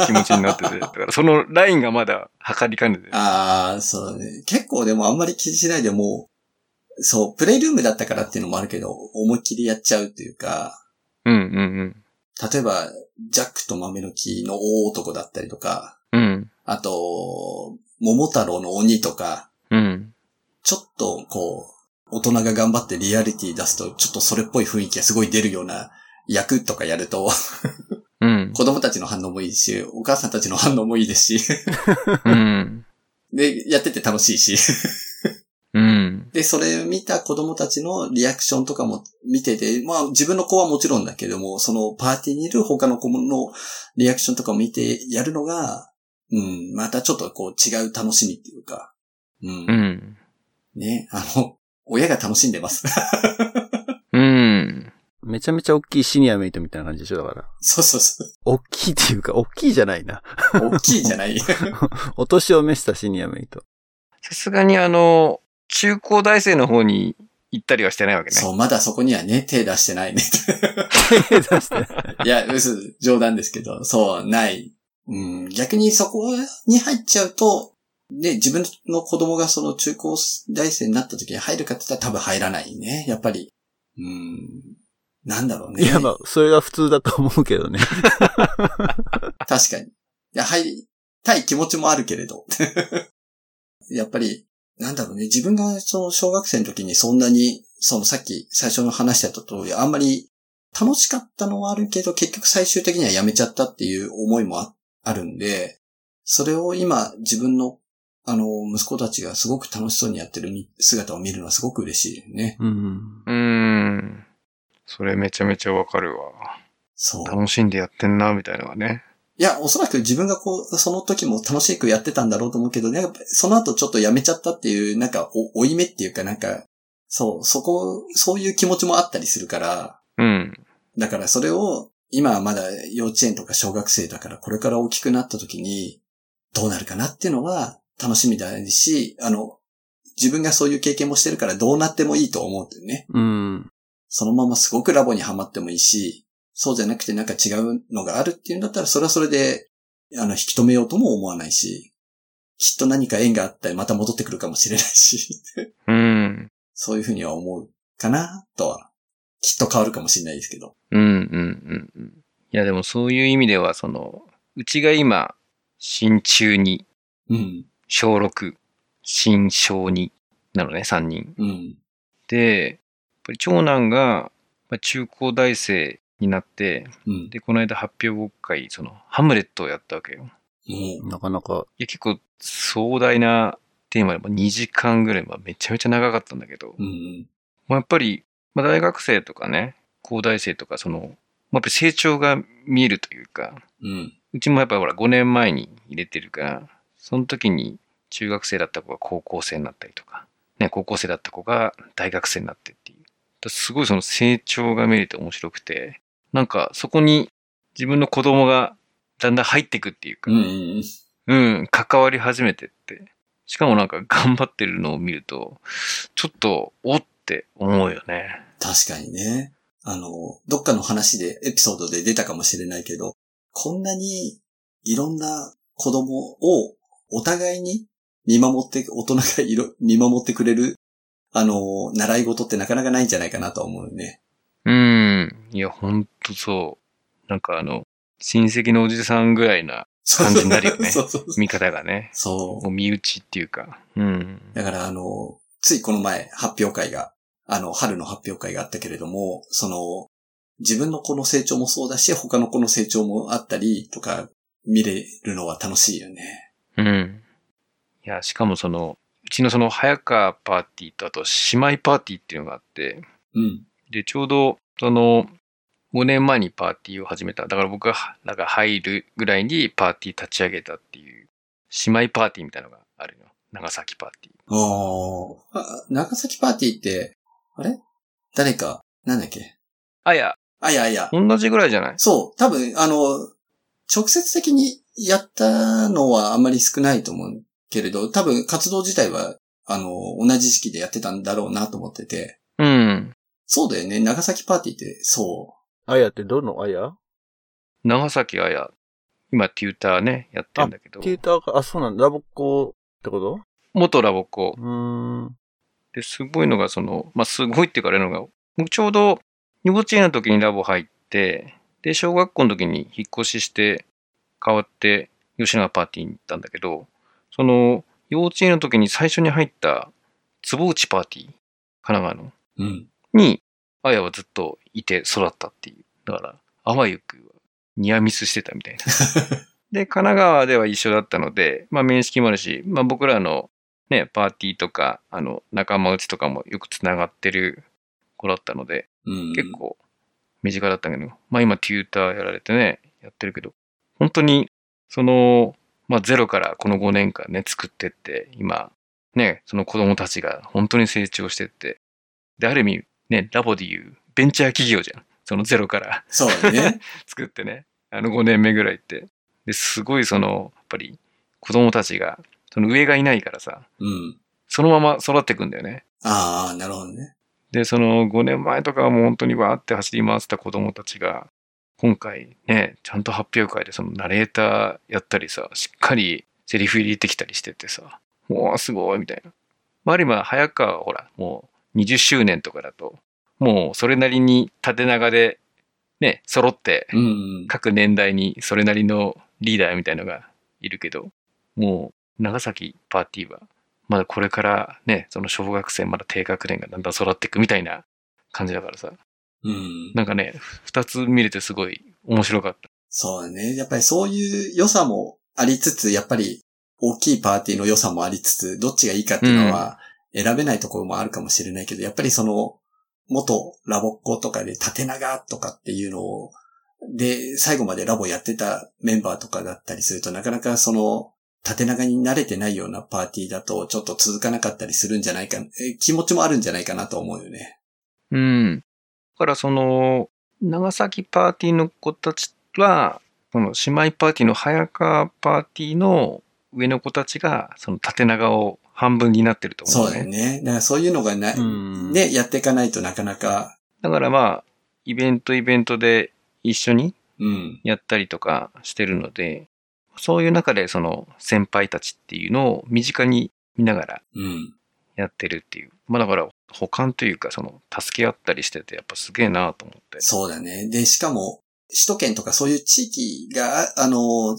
[SPEAKER 2] 気持ちになってて、だからそのラインがまだ測りかねて。
[SPEAKER 3] ああ、そうだね。結構でもあんまり気にしないでもう、そう、プレイルームだったからっていうのもあるけど、思いっきりやっちゃうっていうか、
[SPEAKER 2] うんうん
[SPEAKER 3] 例えば、ジャックと豆の木の大男だったりとか、
[SPEAKER 2] うん。うん。
[SPEAKER 3] あと、桃太郎の鬼とか、
[SPEAKER 2] うん。
[SPEAKER 3] ちょっとこう、大人が頑張ってリアリティ出すと、ちょっとそれっぽい雰囲気がすごい出るような役とかやると、
[SPEAKER 2] うん。
[SPEAKER 3] 子供たちの反応もいいし、お母さんたちの反応もいいですし、
[SPEAKER 2] うん。
[SPEAKER 3] で、やってて楽しいし、
[SPEAKER 2] うん。
[SPEAKER 3] で、それ見た子供たちのリアクションとかも見てて、まあ自分の子はもちろんだけども、そのパーティーにいる他の子のリアクションとかを見てやるのが、うん、またちょっとこう違う楽しみっていうか、うん、
[SPEAKER 2] うん。
[SPEAKER 3] ね、あの、親が楽しんでます。
[SPEAKER 2] うん。
[SPEAKER 1] めちゃめちゃ大きいシニアメイトみたいな感じでしょだから。
[SPEAKER 3] そうそうそ
[SPEAKER 1] 大きいっていうか、大きいじゃないな。
[SPEAKER 3] う。大きいじゃない。
[SPEAKER 1] お年を召したシニアメイト。
[SPEAKER 2] さすがにあの、中高大生の方に行ったりはしてないわけね。
[SPEAKER 3] そう、まだそこにはね、手出してないね。
[SPEAKER 1] 手 出してない。
[SPEAKER 3] いや、嘘、冗談ですけど、そう、ない。うん、逆にそこに入っちゃうと、ね、自分の子供がその中高大生になった時に入るかって言ったら多分入らないね、やっぱり。うん、なんだろうね。
[SPEAKER 1] いや、まあ、それが普通だと思うけど ね。
[SPEAKER 3] 確かに。いや、入りたい気持ちもあるけれど。 やっぱり、なんだろうね、自分がその小学生の時にそんなに、そのさっき最初の話だった通り、あんまり楽しかったのはあるけど、結局最終的にはやめちゃったっていう思いもああるんで、それを今自分の、あの、息子たちがすごく楽しそうにやってるみ姿を見るのはすごく嬉しいね。
[SPEAKER 1] うん。
[SPEAKER 2] うん。それめちゃめちゃわかるわ。
[SPEAKER 3] そう。
[SPEAKER 2] 楽しんでやってんな、みたいなのはね。
[SPEAKER 3] いや、おそらく自分がこう、その時も楽しくやってたんだろうと思うけどね、やっぱりその後ちょっとやめちゃったっていう、なんか、お、追い目っていうかなんか、そう、そこ、そういう気持ちもあったりするから、
[SPEAKER 2] うん。
[SPEAKER 3] だからそれを、今はまだ幼稚園とか小学生だから、これから大きくなった時に、どうなるかなっていうのは楽しみだし、あの、自分がそういう経験もしてるからどうなってもいいと思うんだよね。
[SPEAKER 1] うん。
[SPEAKER 3] そのまますごくラボにはまってもいいし、そうじゃなくてなんか違うのがあるっていうんだったら、それはそれで、あの、引き止めようとも思わないし、きっと何か縁があったり、また戻ってくるかもしれないし、
[SPEAKER 2] うん。
[SPEAKER 3] そういうふうには思うかな、とは。きっと変わるかもしれないですけど。
[SPEAKER 2] うん、うん、うんうん。いや、でもそういう意味では、その、うちが今、新中に、
[SPEAKER 3] うん、
[SPEAKER 2] 小6、新小2なのね、3人。
[SPEAKER 3] うん、
[SPEAKER 2] で、やっぱり長男が、まあ中高大生になって、
[SPEAKER 3] うん。
[SPEAKER 2] で、この間発表会、その、ハムレットをやったわけよ。
[SPEAKER 3] も
[SPEAKER 1] なかなか、
[SPEAKER 2] いや、結構壮大なテーマで、まあ2時間ぐらい、まあめちゃめちゃ長かったんだけど、
[SPEAKER 3] う、うん、
[SPEAKER 2] まあ、やっぱり、まあ、大学生とかね、高大生とか、その、まあ、やっぱり成長が見えるというか、
[SPEAKER 3] うん、
[SPEAKER 2] うちもやっぱりほら5年前に入れてるから、その時に中学生だった子が高校生になったりとか、ね、高校生だった子が大学生になってっていう。だからすごいその成長が見れて面白くて、なんかそこに自分の子供がだんだん入ってくっていうか、
[SPEAKER 3] うん、うん、
[SPEAKER 2] うん、関わり始めてって。しかもなんか頑張ってるのを見ると、ちょっと、おって思うよね。
[SPEAKER 3] 確かにね。あの、どっかの話で、エピソードで出たかもしれないけど、こんなにいろんな子供をお互いに見守って、大人がいろ見守ってくれる、あの、習い事ってなかなかないんじゃないかなとは思うね。
[SPEAKER 2] うん。いや、ほんとそう。なんかあの、親戚のおじさんぐらいな感じになるよね
[SPEAKER 3] そうそうそう。
[SPEAKER 2] 見方がね、
[SPEAKER 3] そう
[SPEAKER 2] もう身内っていうか。うん。
[SPEAKER 3] だからあの、ついこの前発表会が、あの、春の発表会があったけれども、その、自分の子の成長もそうだし、他の子の成長もあったりとか、見れるのは楽しいよね。
[SPEAKER 2] うん。いや、しかもその、うちのその、早川パーティーと、あと、姉妹パーティーっていうのがあって、
[SPEAKER 3] うん。
[SPEAKER 2] で、ちょうど、その、 5年前にパーティーを始めた。だから僕らが入るぐらいにパーティー立ち上げたっていう、姉妹パーティーみたいなのがあるの。長崎パーティー。
[SPEAKER 3] おーあ、長崎パーティーって、あれ誰か、なんだっけ
[SPEAKER 2] あ、いや、
[SPEAKER 3] あいやいや。
[SPEAKER 2] 同じぐらいじゃない
[SPEAKER 3] そう、多分、あの、直接的にやったのはあんまり少ないと思うけれど、多分活動自体は、あの、同じ時期でやってたんだろうなと思ってて。
[SPEAKER 2] うん。
[SPEAKER 3] そうだよね、長崎パーティーって、そ
[SPEAKER 1] あやってどのあや
[SPEAKER 2] 長崎あや、今テューターね、やってんだけど、
[SPEAKER 1] テーターが、あ、そうなんだ。ラボっ子ってこと
[SPEAKER 2] 元ラボコ
[SPEAKER 1] うーん。
[SPEAKER 2] で、すごいのが、その、まあ、すごいっていうか、あれなのが、僕ちょうど幼稚園の時にラボ入って、で、小学校の時に引っ越しして、変わって、吉永パーティーに行ったんだけど、その、幼稚園の時に最初に入った、坪内パーティー、神奈川の、
[SPEAKER 3] う。うん。
[SPEAKER 2] に、あやはずっといて育ったっていう。だから、あわゆく、ニアミスしてたみたいな。で、神奈川では一緒だったので、まあ面識もあるし、まあ僕らのね、パーティーとか、あの、仲間内とかもよくつながってる子だったので、
[SPEAKER 3] うん。
[SPEAKER 2] 結構身近だったけど、まあ今テューターやられてね、やってるけど、本当に、その、まあゼロからこの5年間ね、作ってって、今、ね、その子供たちが本当に成長してって、で、ある意味、ね、ラボでいうベンチャー企業じゃん。そのゼロから
[SPEAKER 3] そうだね。
[SPEAKER 2] 作ってね、あの5年目ぐらいって。で、すごいその、やっぱり子供たちが、その上がいないからさ、
[SPEAKER 3] うん。
[SPEAKER 2] そのまま育っていくんだよね。
[SPEAKER 3] ああ、なるほどね。
[SPEAKER 2] で、その5年前とかはもう本当にわーって走り回ってた子供たちが、今回ね、ちゃんと発表会でそのナレーターやったりさ、しっかりセリフ入れてきたりしててさ、もうすごいみたいな。まあ、ある意味早川はほら、もう20周年とかだと、もうそれなりに縦長で、ね、揃って
[SPEAKER 3] うんうん。
[SPEAKER 2] 各年代にそれなりのリーダーみたいのがいるけど、もう長崎パーティーは、まだこれからね、その小学生まだ低学年がだんだん育っていくみたいな感じだからさ、
[SPEAKER 3] うん。
[SPEAKER 2] なんかね、二つ見れてすごい面白かった。
[SPEAKER 3] そうだね。やっぱりそういう良さもありつつ、やっぱり大きいパーティーの良さもありつつ、どっちがいいかっていうのは選べないところもあるかもしれないけど、やっぱりその、元ラボっ子とかで縦長とかっていうのを、で、最後までラボやってたメンバーとかだったりすると、なかなかその、縦長に慣れてないようなパーティーだと、ちょっと続かなかったりするんじゃないか、え気持ちもあるんじゃないかなと思うよね。
[SPEAKER 2] うん。だからその、長崎パーティーの子たちは、その姉妹パーティーの早川パーティーの上の子たちが、その縦長を半分になってると思
[SPEAKER 3] そう
[SPEAKER 2] うね。
[SPEAKER 3] だよね。だからそういうのがな、
[SPEAKER 1] うん。
[SPEAKER 3] ね、やっていかないとなかなか、
[SPEAKER 2] だからまあ、イベントイベントで一緒に
[SPEAKER 3] うん。
[SPEAKER 2] やったりとかしてるので、そういう中でその先輩たちっていうのを身近に見ながら
[SPEAKER 3] うん。
[SPEAKER 2] やってるっていう。まあだから補完というかその助け合ったりしててやっぱすげえなと思って。
[SPEAKER 3] そうだね。で、しかも、首都圏とかそういう地域が、ああの、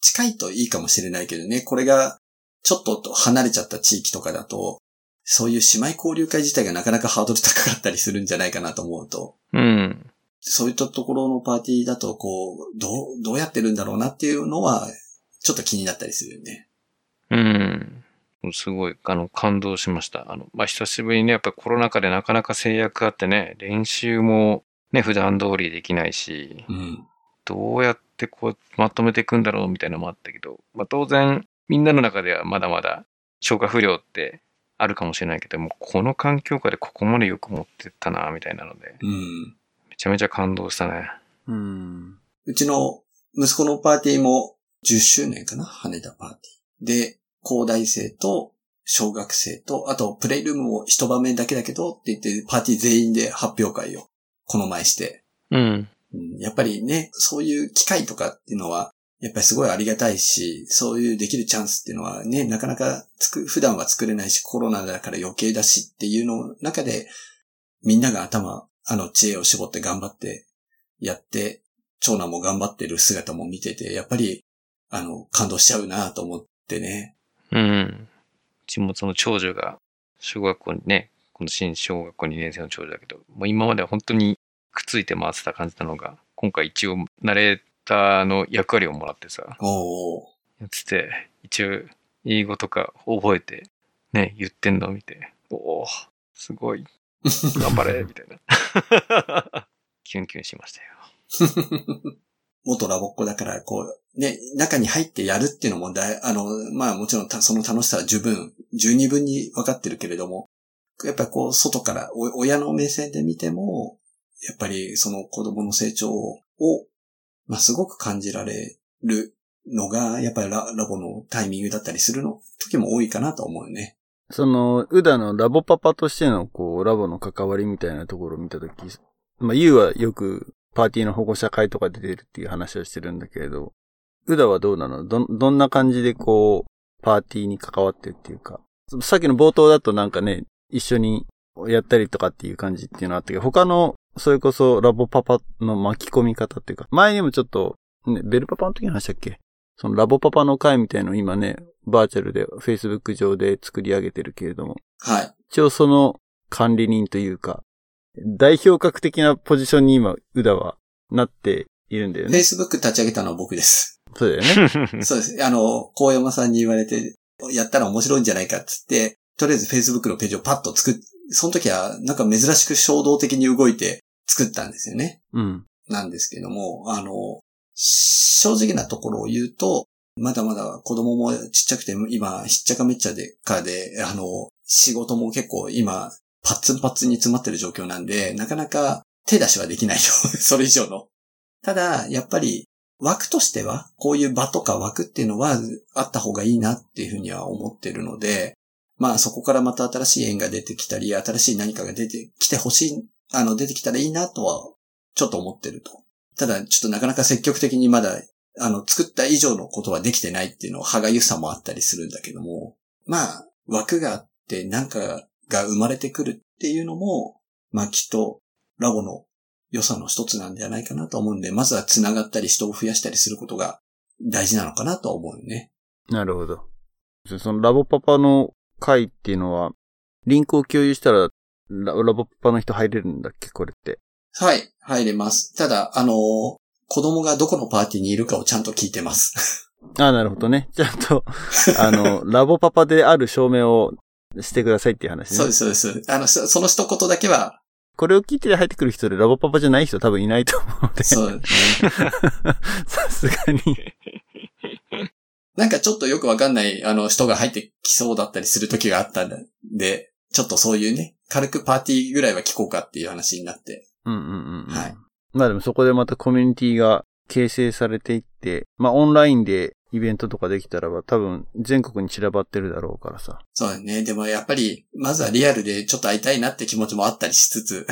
[SPEAKER 3] 近いといいかもしれないけどね、これが、ちょっと離れちゃった地域とかだと、そういう姉妹交流会自体がなかなかハードル高かったりするんじゃないかなと思うと、
[SPEAKER 2] うん。
[SPEAKER 3] そういったところのパーティーだと、こう、どう、どうやってるんだろうなっていうのは、ちょっと気になったりするよね。
[SPEAKER 2] うん。すごい、あの、感動しました。あの、まあ、久しぶりにね、やっぱりコロナ禍でなかなか制約があってね、練習もね、普段通りできないし、
[SPEAKER 3] うん。
[SPEAKER 2] どうやってこうまとめていくんだろうみたいなのもあったけど、まあ、当然みんなの中ではまだまだ消化不良ってあるかもしれないけどもこの環境下でここまでよく持ってったなみたいなので
[SPEAKER 3] うん。
[SPEAKER 2] めちゃめちゃ感動したね
[SPEAKER 1] うん。
[SPEAKER 3] うちの息子のパーティーも10周年かな羽田パーティー。で、高大生と小学生と、あとプレイルームも一場面だけだけどって言って、パーティー全員で発表会をこの前して。
[SPEAKER 2] うん
[SPEAKER 3] うんやっぱりね、そういう機会とかっていうのは、やっぱりすごいありがたいし、そういうできるチャンスっていうのはね、なかなかつく、普段は作れないし、コロナだから余計だしっていうのの中で、みんなが頭、あの、知恵を絞って頑張ってやって、長男も頑張ってる姿も見てて、やっぱり、あの、感動しちゃうなと思ってね。
[SPEAKER 2] うんうちもその長女が小学校にねこの新小学校2年生の長女だけどもう今までは本当にくっついて回ってた感じなのが今回一応ナレーターの役割をもらってさ
[SPEAKER 3] おー
[SPEAKER 2] やってて、一応、英語とか覚えて、ね、言ってんのを見て、おおすごい、頑張れ、みたいな。キュンキュンしましたよ。
[SPEAKER 3] 元ラボっ子だから、こう、ね、中に入ってやるっていうのもだい、あの、まあもちろんたその楽しさは十分、十二分に分かってるけれども、やっぱりこう、外から、お親の目線で見ても、やっぱりその子供の成長を、まあすごく感じられるのが、やっぱりララボのタイミングだったりするの、時も多いかなと思うよね。
[SPEAKER 1] その、ウダのラボパパとしての、こう、ラボの関わりみたいなところを見たとき、まあ、ユウはよくパーティーの保護者会とかで出るっていう話をしてるんだけれど、ウダはどうなのどん、どんな感じでこう、パーティーに関わってるっていうか、さっきの冒頭だとなんかね、一緒にやったりとかっていう感じっていうのあったけど、他の、それこそラボパパの巻き込み方っていうか、前にもちょっと、ね、ベルパパの時に話したっけそのラボパパの会みたいのを今ね、バーチャルで Facebook 上で作り上げてるけれども、
[SPEAKER 3] はい。
[SPEAKER 1] 一応その管理人というか、代表格的なポジションに今、宇田はなっているんだよね。
[SPEAKER 3] Facebook 立ち上げたのは僕です。
[SPEAKER 1] そうだよね。
[SPEAKER 3] そうです。あの、高山さんに言われて、やったら面白いんじゃないかって言って、とりあえず Facebook のページをパッと作っ、その時はなんか珍しく衝動的に動いて作ったんですよね。
[SPEAKER 1] うん。
[SPEAKER 3] なんですけども、あの、正直なところを言うと、まだまだ子供もちっちゃくて、今、ひっちゃかめっちゃでかで、あの、仕事も結構今、パッツンパッツンに詰まってる状況なんで、なかなか手出しはできないと。 それ以上の。ただ、やっぱり、枠としては、こういう場とか枠っていうのはあった方がいいなっていうふうには思ってるので、まあそこからまた新しい縁が出てきたり、新しい何かが出てきてほしい、あの、出てきたらいいなとはちょっと思ってると。ただ、ちょっとなかなか積極的にまだ、あの、作った以上のことはできてないっていうのは歯がゆさもあったりするんだけども、まあ、枠があってなんかが生まれてくるっていうのも、まあきっとラボの良さの一つなんじゃないかなと思うんで、まずは繋がったり人を増やしたりすることが大事なのかなとは思うよね。
[SPEAKER 1] なるほど。そのラボパパの会っていうのは、リンクを共有したら、ララボパパの人入れるんだっけこれって。
[SPEAKER 3] はい、入れます。ただ、あの子供がどこのパーティーにいるかをちゃんと聞いてます。
[SPEAKER 1] ああ、なるほどね。ちゃん と、あの、ラボパパである証明をしてくださいっていう話ね。
[SPEAKER 3] そうです、そうです。あの、そその一言だけは
[SPEAKER 1] これを聞いて入ってくる人でラボパパじゃない人多分いないと思うので。
[SPEAKER 3] そうね。
[SPEAKER 1] さすがに。
[SPEAKER 3] なんかちょっとよくわかんない、あの、人が入ってきそうだったりする時があったんで、ちょっとそういうね、軽くパーティーぐらいは聞こうかっていう話になって。
[SPEAKER 1] うんうんうんうん。
[SPEAKER 3] はい。
[SPEAKER 1] まあでもそこでまたコミュニティが形成されていって、まあオンラインでイベントとかできたらば多分全国に散らばってるだろうからさ。
[SPEAKER 3] そうだね。でもやっぱり、まずはリアルでちょっと会いたいなって気持ちもあったりしつ つ、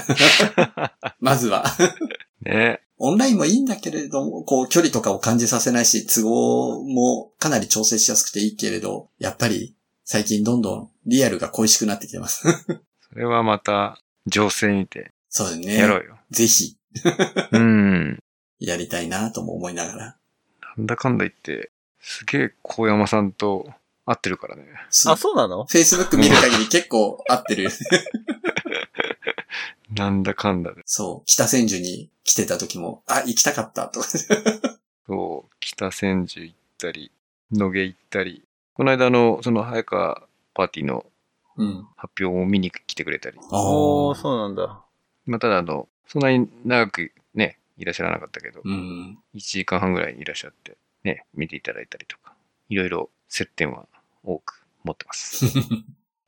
[SPEAKER 3] まずは。
[SPEAKER 2] ね。
[SPEAKER 3] オンラインもいいんだけれども、こう、距離とかを感じさせないし、都合もかなり調整しやすくていいけれど、やっぱり、最近どんどんリアルが恋しくなってきてます。
[SPEAKER 2] それはまた、情勢にて、
[SPEAKER 3] そうだね。
[SPEAKER 2] やろう よ。
[SPEAKER 3] ぜひ、
[SPEAKER 2] うん。
[SPEAKER 3] やりたいなとも思いながら。
[SPEAKER 2] なんだかんだ言って、すげえ高山さんと会ってるからね。
[SPEAKER 1] あ、そうなの
[SPEAKER 3] Facebook 見る限り結構合ってる。
[SPEAKER 2] なんだかんだで。
[SPEAKER 3] そう、北千住に来てた時も、あ、行きたかったと。
[SPEAKER 2] そう、北千住行ったり、野毛行ったり、この間の、その早川パーティーの
[SPEAKER 3] うん。
[SPEAKER 2] 発表を見に来てくれたり、
[SPEAKER 3] あ
[SPEAKER 1] おー、
[SPEAKER 3] う。
[SPEAKER 1] そうなんだ。
[SPEAKER 2] まあ、ただあの、そんなに長くね、いらっしゃらなかったけど、
[SPEAKER 3] うん。
[SPEAKER 2] 1時間半ぐらいいらっしゃって、ね、見ていただいたりとか、いろいろ接点は多く持ってます。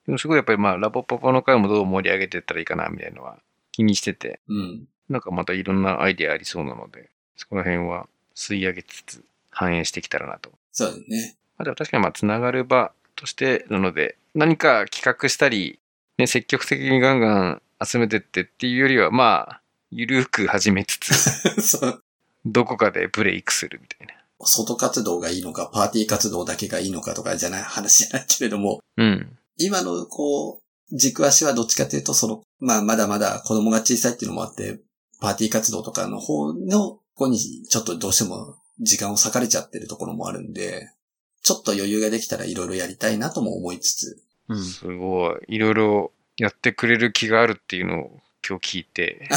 [SPEAKER 2] でもすごいやっぱりまあ、ラボパパの会もどう盛り上げていったらいいかな、みたいなのは気にしてて、
[SPEAKER 3] うん。
[SPEAKER 2] なんかまたいろんなアイデアありそうなので、そこら辺は吸い上げつつ反映してきたらなと。
[SPEAKER 3] そうだね。
[SPEAKER 2] まあでも確かにまあつながる場としてなので、何か企画したり、ね、積極的にガンガン集めてってっていうよりは、まあ、ゆるーく始めつつ、
[SPEAKER 3] そう。
[SPEAKER 2] どこかでブレイクするみたいな。
[SPEAKER 3] 外活動がいいのか、パーティー活動だけがいいのかとかじゃない話じゃないけれども、
[SPEAKER 2] うん。
[SPEAKER 3] 今のこう、軸足はどっちかというと、その、まあ、まだまだ子供が小さいっていうのもあって、パーティー活動とかの方の、ここにちょっとどうしても時間を割かれちゃってるところもあるんで、ちょっと余裕ができたらいろいろやりたいなとも思いつつ、
[SPEAKER 1] うん。
[SPEAKER 2] すごい。いろいろやってくれる気があるっていうのを今日聞いて、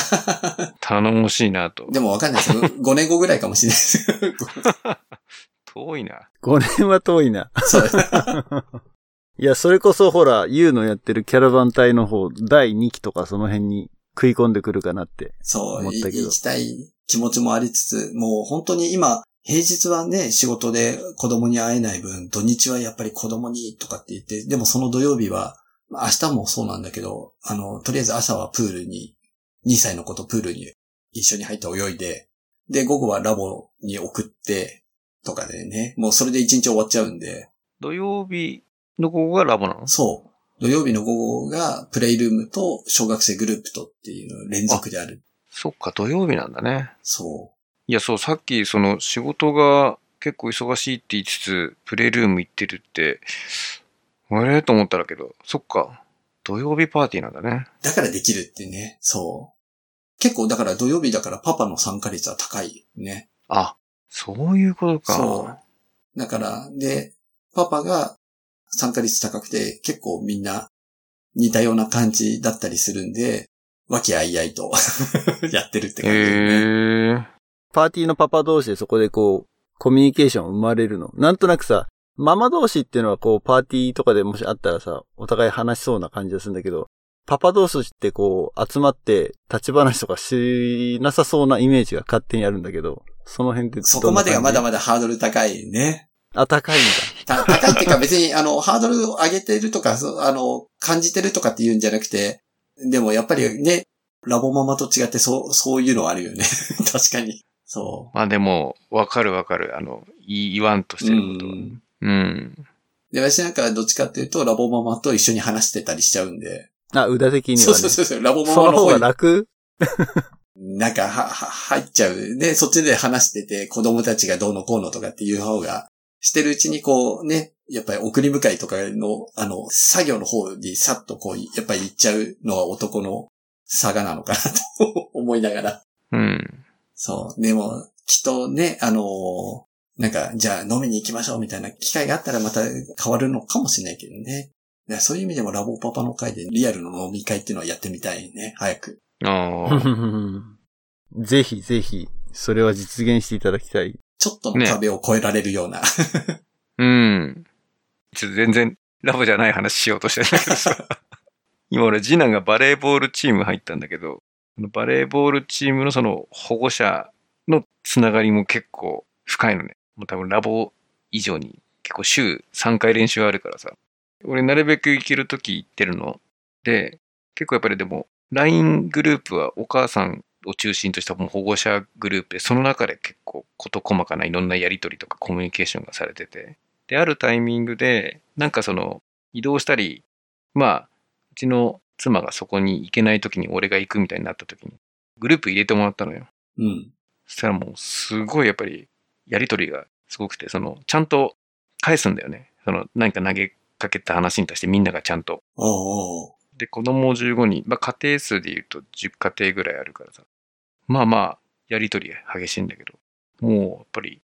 [SPEAKER 2] 頼もしいなと。
[SPEAKER 3] でもわかんないですよ。5年後ぐらいかもしれないです。
[SPEAKER 2] 遠いな。
[SPEAKER 1] 5年は遠いな。
[SPEAKER 3] そう
[SPEAKER 1] いや、それこそほら、ユウのやってるキャラバン隊の方、第2期とかその辺に食い込んでくるかなって。
[SPEAKER 3] そう、
[SPEAKER 1] 思ったけど
[SPEAKER 3] い行きたい気持ちもありつつ、もう本当に今、平日はね、仕事で子供に会えない分、土日はやっぱり子供にとかって言って、でもその土曜日は、まあ明日もそうなんだけど、あの、とりあえず朝はプールに、2歳の子とプールに一緒に入って泳いで、で、午後はラボに送って、とかでね、もうそれで一日終わっちゃうんで、
[SPEAKER 2] 土曜日の午後がラボなの
[SPEAKER 3] そう。土曜日の午後がプレイルームと小学生グループとっていうのを連続である。
[SPEAKER 2] そっか、土曜日なんだね。
[SPEAKER 3] そう。
[SPEAKER 2] いや、そう、さっき、その、仕事が結構忙しいって言いつつ、プレイルーム行ってるって、あれと思ったらけど、そっか、土曜日パーティーなんだね。
[SPEAKER 3] だからできるってね。そう。結構だから土曜日だからパパの参加率は高いね。
[SPEAKER 2] あ、そういうことか。
[SPEAKER 3] そう。だから、で、パパが参加率高くて結構みんな似たような感じだったりするんで、和気あいあいと やってるって感じ、ね。
[SPEAKER 2] へえ。
[SPEAKER 1] パーティーのパパ同士でそこでこう、コミュニケーション生まれるの。なんとなくさ、ママ同士っていうのはこう、パーティーとかでもしあったらさ、お互い話しそうな感じがするんだけど、パパ同士ってこう、集まって立ち話とかしなさそうなイメージが勝手にあるんだけど、その辺って
[SPEAKER 3] そこまでがまだ
[SPEAKER 1] ま
[SPEAKER 3] まだハードル高いね。
[SPEAKER 1] だ。あ、高いんだ。
[SPEAKER 3] た高いっていうか別に、あの、ハードルを上げてるとか、そうあの、感じてるとかって言うんじゃなくて、でもやっぱりね、ラボママと違ってそう、そういうのあるよね。 確かに。そ
[SPEAKER 2] まあでも、わかるわかる。あの、い言わんと
[SPEAKER 3] う。
[SPEAKER 2] してることは。
[SPEAKER 3] うん
[SPEAKER 2] うん。
[SPEAKER 3] で、私なんかどっちかっていうと、ラボママと一緒に話してたりしちゃうんで。
[SPEAKER 1] あ、宇田的にはね。
[SPEAKER 3] そうそうそうそう、ラボマ
[SPEAKER 1] そ
[SPEAKER 3] マ
[SPEAKER 1] の
[SPEAKER 3] の
[SPEAKER 1] 方
[SPEAKER 3] 方
[SPEAKER 1] が
[SPEAKER 3] に、
[SPEAKER 1] 楽
[SPEAKER 3] なんかは、は、入っちゃう。で、そっちで話してて、子供たちがどうのこうのとかっていう方が、してるうちにこうね、やっぱり送り迎えとかの、あの、作業の方にさっとこう、やっぱり行っちゃうのは男の差がなのかなと思いながら。
[SPEAKER 2] うん。
[SPEAKER 3] そう。でも、きっとね、あのなんか、じゃあ飲みに行きましょうみたいな機会があったらまた変わるのかもしれないけどね。だからそういう意味でもラボパパの会でリアルの飲み会っていうのはやってみたいね、早く。
[SPEAKER 2] ああ。
[SPEAKER 1] ぜひぜひ、それは実現していただきたい。
[SPEAKER 3] ちょっとの壁を越えられるような、
[SPEAKER 2] うん。ちょっと全然ラボじゃない話しようとしてるんだけどさ。今俺次男がバレーボールチーム入ったんだけど、そのバレーボールチームのその保護者のつながりも結構深いのね。もう多分ラボ以上に結構週3回練習あるからさ。俺なるべく行けるとき行ってるの。で、結構やっぱりでも LINE グループはお母さんを中心としたもう保護者グループで、その中で結構事細かないろんなやりとりとかコミュニケーションがされてて。で、あるタイミングで、なんかその、移動したり、まあ、うちの妻がそこに行けない時に俺が行くみたいになった時に、グループ入れてもらったのよ。
[SPEAKER 3] うん。
[SPEAKER 2] そしたらもう、すごいやっぱり、やりとりがすごくて、その、ちゃんと返すんだよね。その、何か投げかけた話に対してみんながちゃんと。
[SPEAKER 3] お うおう
[SPEAKER 2] で、子供15人、まあ家庭数で言うと10家庭ぐらいあるからさ。まあまあ、やりとり激しいんだけど、もうやっぱり、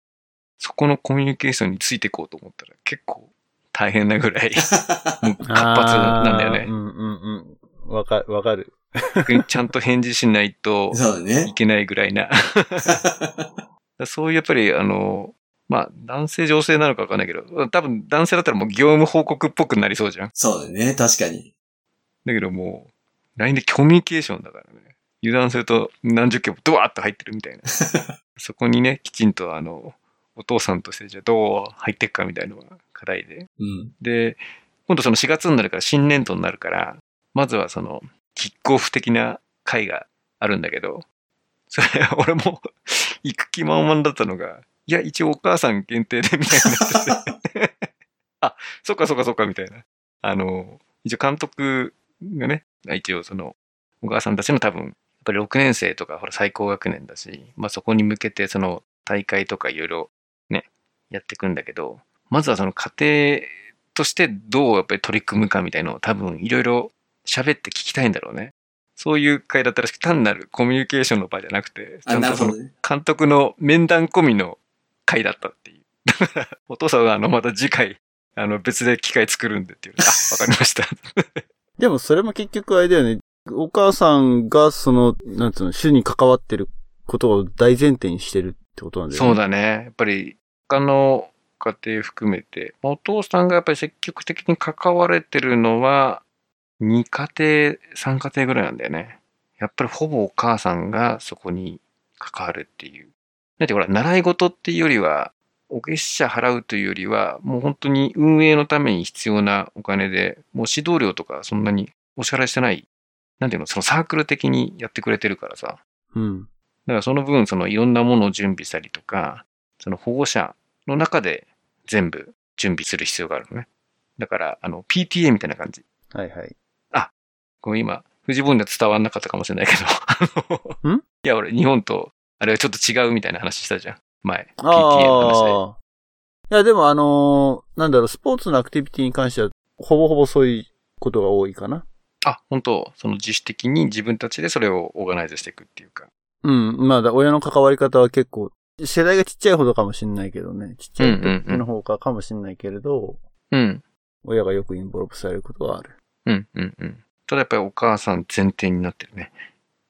[SPEAKER 2] そこのコミュニケーションについていこうと思ったら結構大変なぐらい、 もう活発なんだ
[SPEAKER 1] あーう
[SPEAKER 2] よね。
[SPEAKER 1] んうんうん。わか、わかる。
[SPEAKER 2] 逆にちゃんと返事しないと
[SPEAKER 3] そうだね
[SPEAKER 2] い。けないぐら いな。そういうやっぱり、あの、まあ男性女性なのかわかんないけど、多分男性だったらもう業務報告っぽくなりそうじゃん。
[SPEAKER 3] そうだね。確かに。
[SPEAKER 2] だけどもう、LINE でコミュニケーションだからね。油断すると何十件もドワーッと入ってるみたいな。そこにね、きちんとあの、お父さんとしてじゃあどう入っていくかみたいなのが課題で。
[SPEAKER 3] うん。
[SPEAKER 2] で、今度その4月になるから新年度になるから、まずはその、キックオフ的な会があるんだけど、それ、俺も 行く気満々だったのが、いや、一応お母さん限定でみたいになっててそっかそっかそっかみたいな。あの、一応監督がね、一応その、小川さんたちの多分、やっぱり6年生とか、ほら最高学年だし、まあそこに向けてその大会とかいろいろね、やっていくんだけど、まずはその家庭としてどうやっぱり取り組むかみたいのを多分いろいろ喋って聞きたいんだろうね。そういう会だったらしく、単なるコミュニケーションの場じゃなくて、ち
[SPEAKER 3] あ、
[SPEAKER 2] ゃん
[SPEAKER 3] な
[SPEAKER 2] と
[SPEAKER 3] る
[SPEAKER 2] そ
[SPEAKER 3] ほ
[SPEAKER 2] の
[SPEAKER 3] どね。
[SPEAKER 2] 監督の面談込みの回だったっていう。 だから、お父さんはあの、また次回、あの、別で機会作るんでっていう。あ、わかりました。
[SPEAKER 1] でもそれも結局あれだよね。お母さんがその、なんつうの、主に関わってることを大前提にしてるってことなんだよね。
[SPEAKER 2] そうだね。やっぱり、他の家庭含めて、まあお父さんがやっぱり積極的に関われてるのは、2家庭、3家庭ぐらいなんだよね。やっぱりほぼお母さんがそこに関わるっていう。だってほら、習い事っていうよりは、お月謝払うというよりは、もう本当に運営のために必要なお金で、もう指導料とかそんなにお支払いしてない、なんていうの、そのサークル的にやってくれてるからさ、
[SPEAKER 1] うん。
[SPEAKER 2] だからその分、そのいろんなものを準備したりとか、その保護者の中で全部準備する必要があるのね。だから、あの、PTA みたいな感じ。
[SPEAKER 1] はいはい。
[SPEAKER 2] こう今、藤本には伝わんなかったかもしれないけど、あの
[SPEAKER 1] ん
[SPEAKER 2] いや、俺、日本と、あれはちょっと違うみたいな話したじゃん。前、PTA の話で。
[SPEAKER 1] ああ。いや、でもあのーなんだろう、スポーツのアクティビティに関しては、ほぼほぼそういうことが多いかな。
[SPEAKER 2] あ、本当その自主的に自分たちでそれをオーガナイズしていくっていうか。
[SPEAKER 1] うん。まあだ、親の関わり方は結構、世代がちっちゃいほどかもしんないけどね。ちっちゃい時の方かかもしんないけれど、
[SPEAKER 2] うん。
[SPEAKER 1] 親がよくインボルブされることはある。
[SPEAKER 2] うん、うん、うん。ただやっぱりお母さん前提になってるね。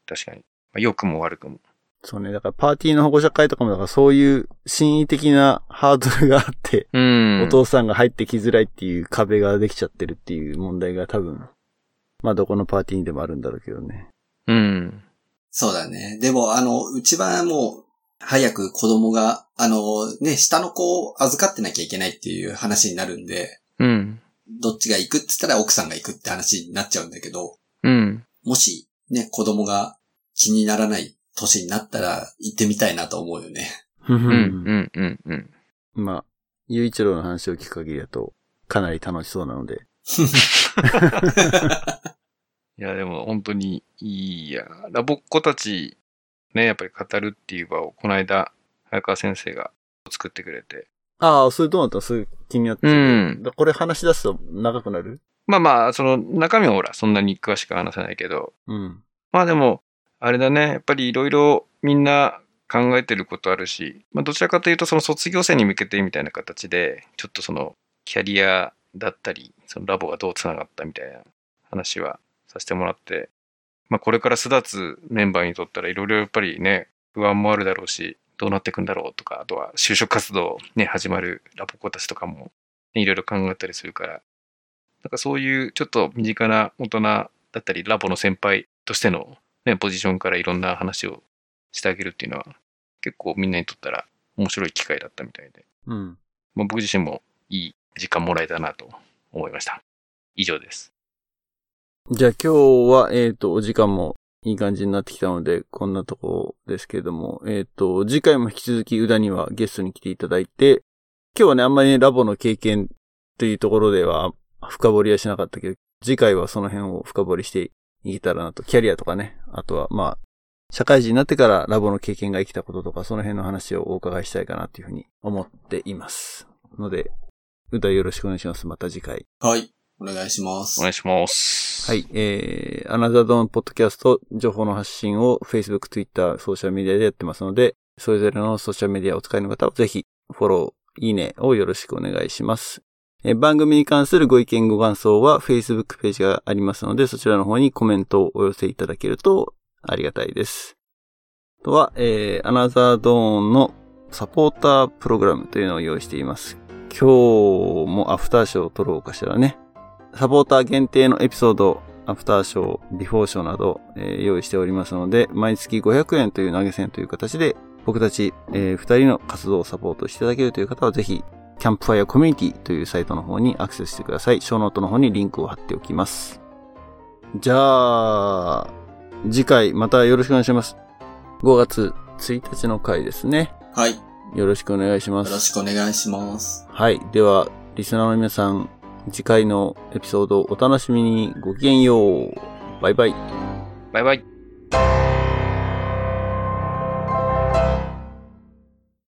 [SPEAKER 2] 確かに。まあ、良くも悪くも。
[SPEAKER 1] そうね。だからパーティーの保護者会とかも、だからそういう心意的なハードルがあって、
[SPEAKER 2] うん。
[SPEAKER 1] お父さんが入ってきづらいっていう壁ができちゃってるっていう問題が多分、まあどこのパーティーにでもあるんだろうけどね。
[SPEAKER 2] うん。
[SPEAKER 3] そうだね。でも、あの、うちはもう、早く子供が、あの、ね、下の子を預かってなきゃいけないっていう話になるんで、
[SPEAKER 2] うん。
[SPEAKER 3] どっちが行くって言ったら奥さんが行くって話になっちゃうんだけど、
[SPEAKER 2] うん。
[SPEAKER 3] もし、ね、子供が気にならない年になったら行ってみたいなと思うよね。
[SPEAKER 2] うん。うん。うん。うん。
[SPEAKER 1] まあ、ゆういちろうの話を聞く限りだと、かなり楽しそうなので。
[SPEAKER 2] いや、でも本当にいいや。ラボっ子たち、ね、やっぱり語るっていう場を、この間、早川先生が作ってくれて。
[SPEAKER 1] ああ、それどうなったのすぐ気になってる
[SPEAKER 2] うん
[SPEAKER 1] だこれ話し出すと長くなる
[SPEAKER 2] まあまあ、その中身はほら、そんなに詳しくは話せないけど、
[SPEAKER 1] うん。
[SPEAKER 2] まあでも、あれだね、やっぱりいろいろみんな考えてることあるし、まあどちらかというとその卒業生に向けてみたいな形で、ちょっとそのキャリアだったり、そのラボがどうつながったみたいな話はさせてもらって、まあこれから巣立つメンバーにとったらいろいろやっぱりね、不安もあるだろうし、どうなっていくんだろうとか、あとは就職活動ね、始まるラボ子たちとかも、ね、いろいろ考えたりするから、なんかそういうちょっと身近な大人だったり、ラボの先輩としての、ね、ポジションからいろんな話をしてあげるっていうのは、結構みんなにとったら面白い機会だったみたいで、
[SPEAKER 1] うん。
[SPEAKER 2] まあ、僕自身もいい時間もらえたなと思いました。以上です。
[SPEAKER 1] じゃあ今日は、えっ、と、お時間もいい感じになってきたので、こんなとこですけれども、えっ、と、次回も引き続き、宇田にはゲストに来ていただいて、今日はね、あんまりね、ラボの経験というところでは深掘りはしなかったけど、次回はその辺を深掘りしていけたらなと、キャリアとかね、あとは、まあ、社会人になってからラボの経験が生きたこととか、その辺の話をお伺いしたいかなというふうに思っています。ので、宇田よろしくお願いします。また次回。
[SPEAKER 3] はい。お願いします。
[SPEAKER 2] お願いします。
[SPEAKER 1] はい。。えー、アナザードーンポッドキャスト情報の発信を Facebook、Twitter、ソーシャルメディアでやってますので、それぞれのソーシャルメディアをお使いの方はぜひフォロー、いいねをよろしくお願いします。えー番組に関するご意見、ご感想は Facebook ページがありますので、そちらの方にコメントをお寄せいただけるとありがたいです。あとは、えー、アナザードーンのサポータープログラムというのを用意しています。今日もアフターショーを撮ろうかしらね。サポーター限定のエピソード、アフターショー、ビフォーショーなど、えー用意しておりますので、毎月500円という投げ銭という形で、僕たち、え2人の活動をサポートしていただけるという方は、ぜひ、キャンプファイアコミュニティというサイトの方にアクセスしてください。ショーノートの方にリンクを貼っておきます。じゃあ、次回またよろしくお願いします。5月1日の回ですね。
[SPEAKER 3] はい。よ
[SPEAKER 1] よろしくお願いします
[SPEAKER 3] ろ。しくお願いします。
[SPEAKER 1] はい。では、リスナーの皆さん、次回のエピソードをお楽しみに。ごきげんよう。バイバイ。
[SPEAKER 2] バイバイ。